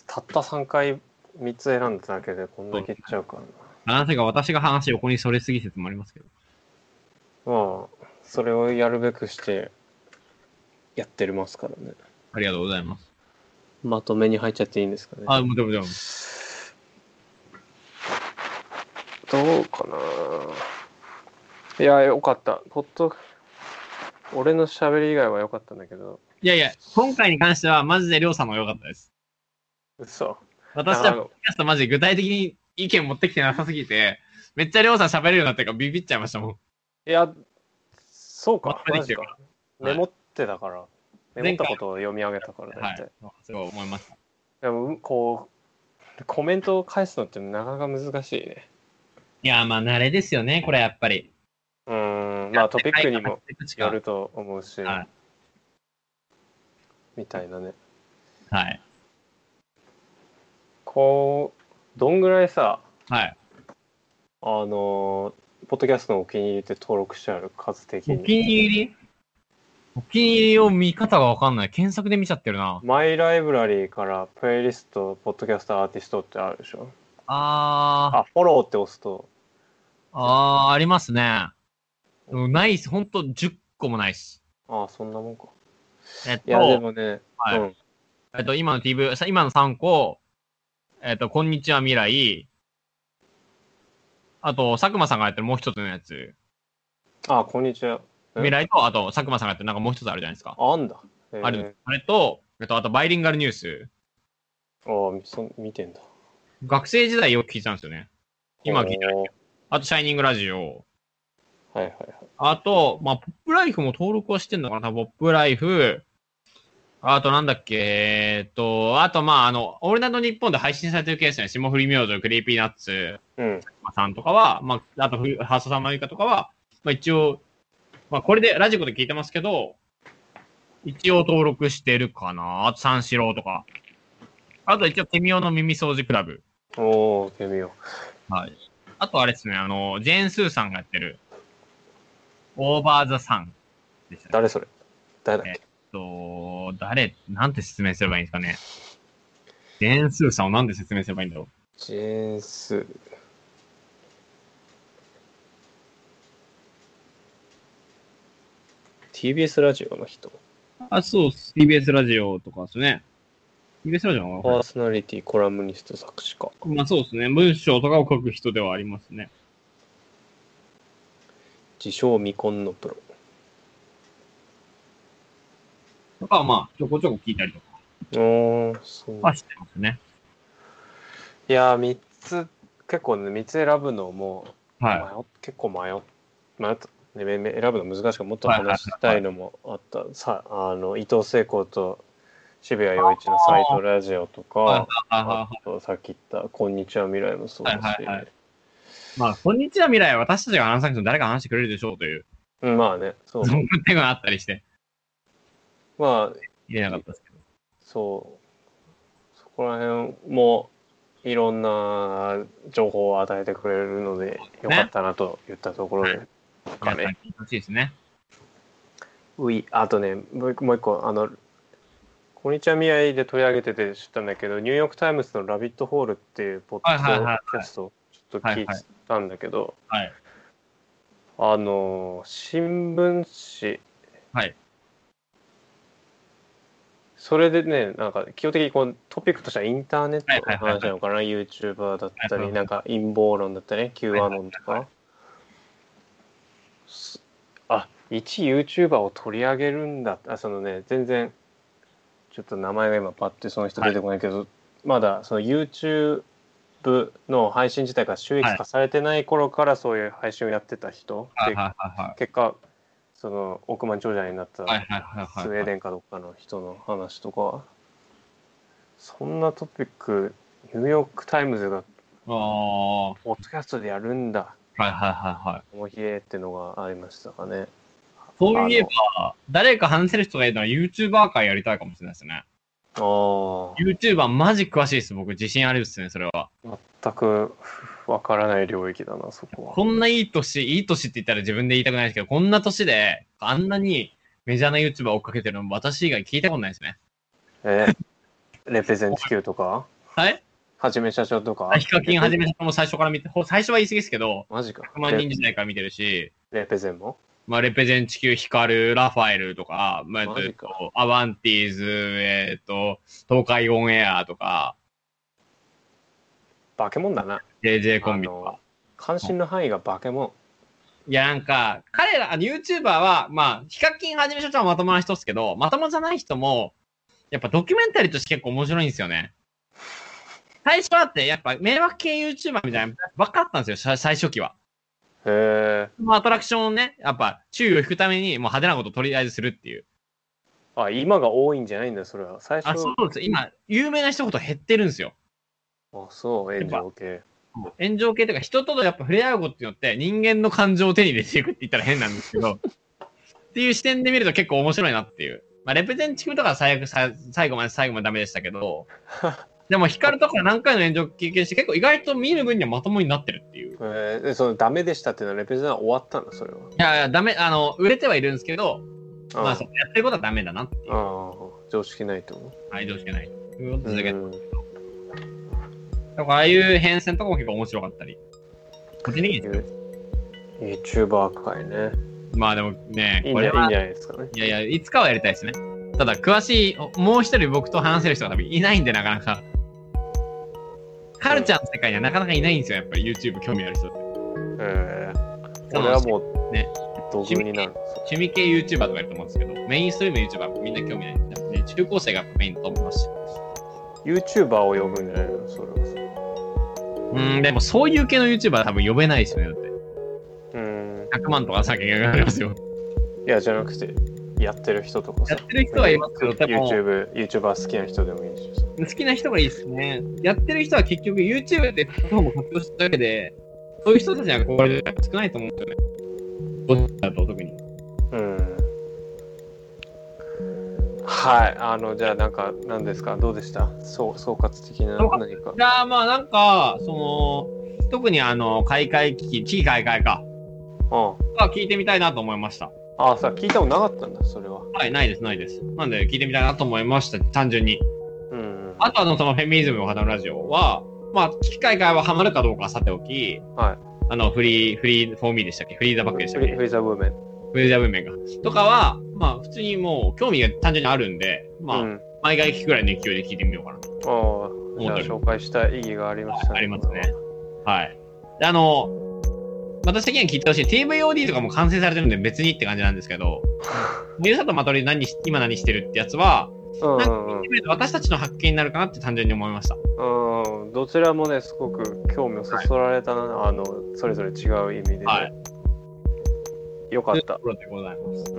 たった3回3つ選んだだけでこんな切っちゃうからなあなたが私が話横にそれすぎ説もありますけど。まあそれをやるべくしてやってますからねありがとうございます。まとめに入っちゃっていいんですかねあ、でもでもでも。どうかな。いや、よかった。ポッド、俺の喋り以外は良かったんだけど、いやいや、今回に関してはマジでりょうさんの方が良かったです。嘘。私はあのポッドキャストマジで具体的に意見持ってきてなさすぎて、めっちゃりょうさん喋れるようになってからビビっちゃいましたもん。いや、そうか、まとめマジてきてるか。はいメモってたから、メモったことを読み上げたからだはって。い。そう思いました。でも、うんこう、コメントを返すのってなかなか難しいね。いや、まあ慣れですよね、これやっぱり。うーん、まあトピックにもよやると思うし、はいみたいなね。はい。こう、どんぐらいさ、はい。あのーポッドキャストのお気に入りって登録してある数的おに。気に入りお気に入りを見方がわかんない。検索で見ちゃってるな。マイライブラリーからプレイリスト、ポッドキャスト、アーティストってあるでしょあー、あ、フォローって押すと、あー、ありますね。でもないっす。ほんと10個もないっす。あ、そんなもんか。えっいや、でと、もね、はいうん。えっと、今の TV、さ今の3個、えっと、こんにちは未来、あと、佐久間さんがやってるもう一つのやつ、あ、こんにちは。うん未来と、あと、佐久間さんがやってるなんかもう一つあるじゃないですか。ああんだ。えーある。あれと、えっと、あと、バイリンガルニュース。あみそ見てんだ。学生時代よく聞いてたんですよね。今聞いてないおーあと、シャイニングラジオ。はいはいはい。あと、まあ、ポップライフも登録はしてんのかなポップライフ。あと、なんだっけ、えーっと、あと、まあ、あの、オールナイト日本で配信されてるケースね、霜降り明星、クリーピーナッツうん。さんとかは、まあ、あと、ふハーストさんまゆかとかは、まあ、一応、まあ、これで、ラジコで聞いてますけど、一応登録してるかなあと、三四郎とか。あと、一応、ケミオの耳掃除クラブ。おー、てみよはい。あとあれですね、あの、ジェーン・スーさんがやってる、オーバー・ザ・サンでしう。たね。誰それ誰だっけえっと、誰、なんて説明すればいいんですかね。ジェーン・スーさんをなんで説明すればいいんだろジェーンス。 TBS ラジオの人。あ、そうっす、TBS ラジオとかですね。TBS ラジオなのかパーソナリティ、コラムニスト、作詞家。なまあそうですね。文章とかを書く人ではありますね。自称未婚のプロ。とかはまあ、ちょこちょこ聞いたりとかおー、そう。はしてますね。いやー、3つ、結構ね、3つ選ぶのも、迷は結構迷っ迷った。ね、めめ選ぶの難しくもっと話したいのもあった、さあの伊藤聖子と渋谷陽一のサイトラジオとかい。あはあとさっき言った「こんにちは未来」もそうだし、はいはいはいまあ、こんにちは未来は私たちが話さなくても誰か話してくれるでしょうという、うんまあね そうそんな手があったりして、まあ言えなかったですけど。そうそこら辺もいろんな情報を与えてくれるのでよかったなと言ったところで、皆さん聞いてほしいですね。ういあとねもう一個もう一個あの「こんにちは未来」で取り上げてて知ったんだけどニューヨーク・タイムズの「ラビット・ホール」っていうポッはいはいはいはいドキャストをちょっと聞いたんだけど、はい。あの新聞紙はいそれでねなんか基本的にこうトピックとしてはインターネットのはいはいはいはい話なのかな、YouTuber だったはいはいはりいなんか陰謀論だったり Q アノンとか、はいはいはいはすあ一 YouTuber を取り上げるんだあそのね全然ちょっと名前が今パッてその人出てこないけど、まだその YouTube の配信自体が収益化されてない頃からそういう配信をやってた人、はでいはいは結果その億万長者になったい。はいはいはいはい。スウェーデンかどっかの人の話とかはそんなトピックニューヨーク・タイムズがああ。はポッドキャストでやるんだいはいはいはい。面白いってのがありましたかねそういえば、誰か話せる人がいるなら YouTuber 会やりたいかもしれないですね。あのあ YouTuber マジ詳しいです。僕、自信ありですね、それは。全くわからない領域だなそこはこんないい年、いい年って言ったら自分で言いたくないですけど、こんな年で、あんなにメジャーな YouTuber 追っかけてるの、私以外聞いたことないですね。えレペゼン地球とかはいはじめ社長とかヒカキンはじめも最初から見て、ほ最初は言い過ぎですけど、マジか100万人レ時代から見てるし、レペゼンもまあ、レペゼン地球、ヒカル、ラファエルとか、まあ、えっマジかと、アバンティーズ、えっと、東海オンエアとか、化け物だな JJ コンビとあかの。関心の範囲が化け物いや、なんか、彼ら、あの YouTuber は、まあ、ヒカキンはじめ所長はまともな人ですけど、まともじゃない人も、やっぱドキュメンタリーとして結構面白いんですよね。最初はって、やっぱ迷惑系 YouTuber みたいなばっかだったんですよ、さ最初期は。へえそのアトラクションをね、やっぱ注意を引くために、もう派手なことをとりあえずするっていう。あ今が多いんじゃないんだそれは最初あ、そうです。今、有名な人ほど減ってるんですよ。あそう炎上系炎上系というか、人とやっぱ触れ合うことによって、人間の感情を手に入れていくって言ったら変なんですけど、 っていう視点で見ると結構面白いなっていう。まあ、レプゼンチクとかは最悪、さ最後まで最後までダメでしたけ ど、でも、ヒカルとか何回の炎上経験して、結構意外と見る分にはまともになってるっていう。いえーでそのダメでしたっていうのはレペゼンは終わったのそれはやいや、ダメ、あの、売れてはいるんですけど、あまあ、そうやってることはダメだなっていう。あー常識ないと思はい、どうしようもない。ということう、でだけど、うんとかああいう変遷とかも結構面白かったり。個人的に、 YouTuber 界ねまあでもね、いいんこじゃいいれんはじゃないですかねいやいや、いつかはやりたいですね。ただ、詳しい、おもう一人僕と話せる人が多分いないんで、なかなか。カルチャーの世界にはなかなかいないんですよ、やっぱり YouTube 興味ある人って。えそー、う俺はもうね土偶になる趣味系 YouTuber とかいると思うんですけど、メインストリーム YouTuber はみんな興味ないんで、ね、中高生がやっぱメインだと思いますし。 YouTuber を呼ぶんじゃないのそれはうん、でもそういう系の YouTuber は多分呼べないですよね、だっうて。ん100万とか先がかかりますよ。いやじゃなくてやってる人とかさやってる人はいますけど、でも、 YouTube YouTuber 好きな人でもいいしさ好きな人がいいですね。やってる人は結局 YouTube でプラットフォームを活用しただけで、そういう人たちがこれ少ないと思うんですよね。どうだと特に。うんはいあのじゃあなんか何ですかどうでしたそう総括的な総括何かいやーまあなんか、その、特にあの、開会危機、地域開会か。うんは聞いてみたいなと思いました。ああさ聞いたことなかったんだそれははい、ないです、ないです。なんで聞いてみたいなと思いました、単純に。うんうんあとあの、そのフェミニズムを語るラジオは、まあ、地域開会はハマるかどうかはさておき、はいあの、フリー、フリー、フォーミーでしたっけフリーザバックでしたっけフリーザ・ブーメンウェザー文面が。とかは、まあ、普通にもう、興味が単純にあるんで、まあ、うん、毎回聞くぐらいの勢いで聞いてみようかなと。ああじゃあ紹介した意義がありましたありますね。はい。であの、私的には聞いてほしい。TVOD とかも完成されてるんで別にって感じなんです けど、ゆうさとまとり何し、今何してるってやつは、うんうなんかん見うんてみると私たちの発見になるかなって単純に思いました。うん、どちらもねすごく興味をそそられたな、あのそれぞれ違う意味で、ねはいよかといっうとた、ころでございます。うん、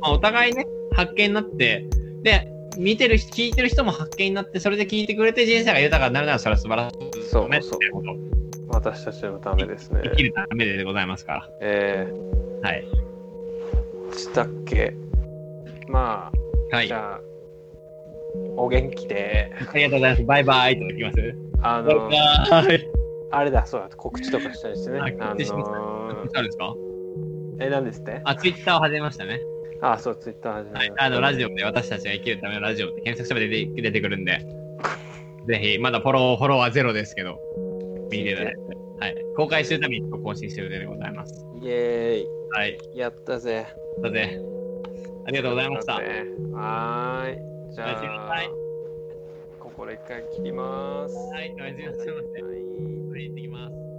まあ、お互いね、発見になって、で、見てる人、聞いてる人も発見になって、それで聞いてくれて人生が豊かになるなら、それは素晴らしいですそようね。そうってこと私たちのためですね生きるためでございますから。えはい。ー、したっけまあ、はい。じあゃあお元気でりがとうございます。バイバイとできますあのバイバイ。あれだそうだ告知とかしたりしてねはいあの告知しま ー、あるんですかえ何ですってあ、ツイッターを始めましたね。あそうツイッター始めまはいし。たあの、ラジオで、私たちが生きるためのラジオって検索すれば出て出てくるんで、ぜひ、まだフォロー、フォローはゼロですけど、見ていただいて。はい。公開するたびに更新してる予定でございます。イエはい。ーイやったぜさて、ありがとうございましたは。ーい。じおやすみなゃさあい、ここで一回切ります。はい、おやすみなさいませ。はいはい、行ってきます。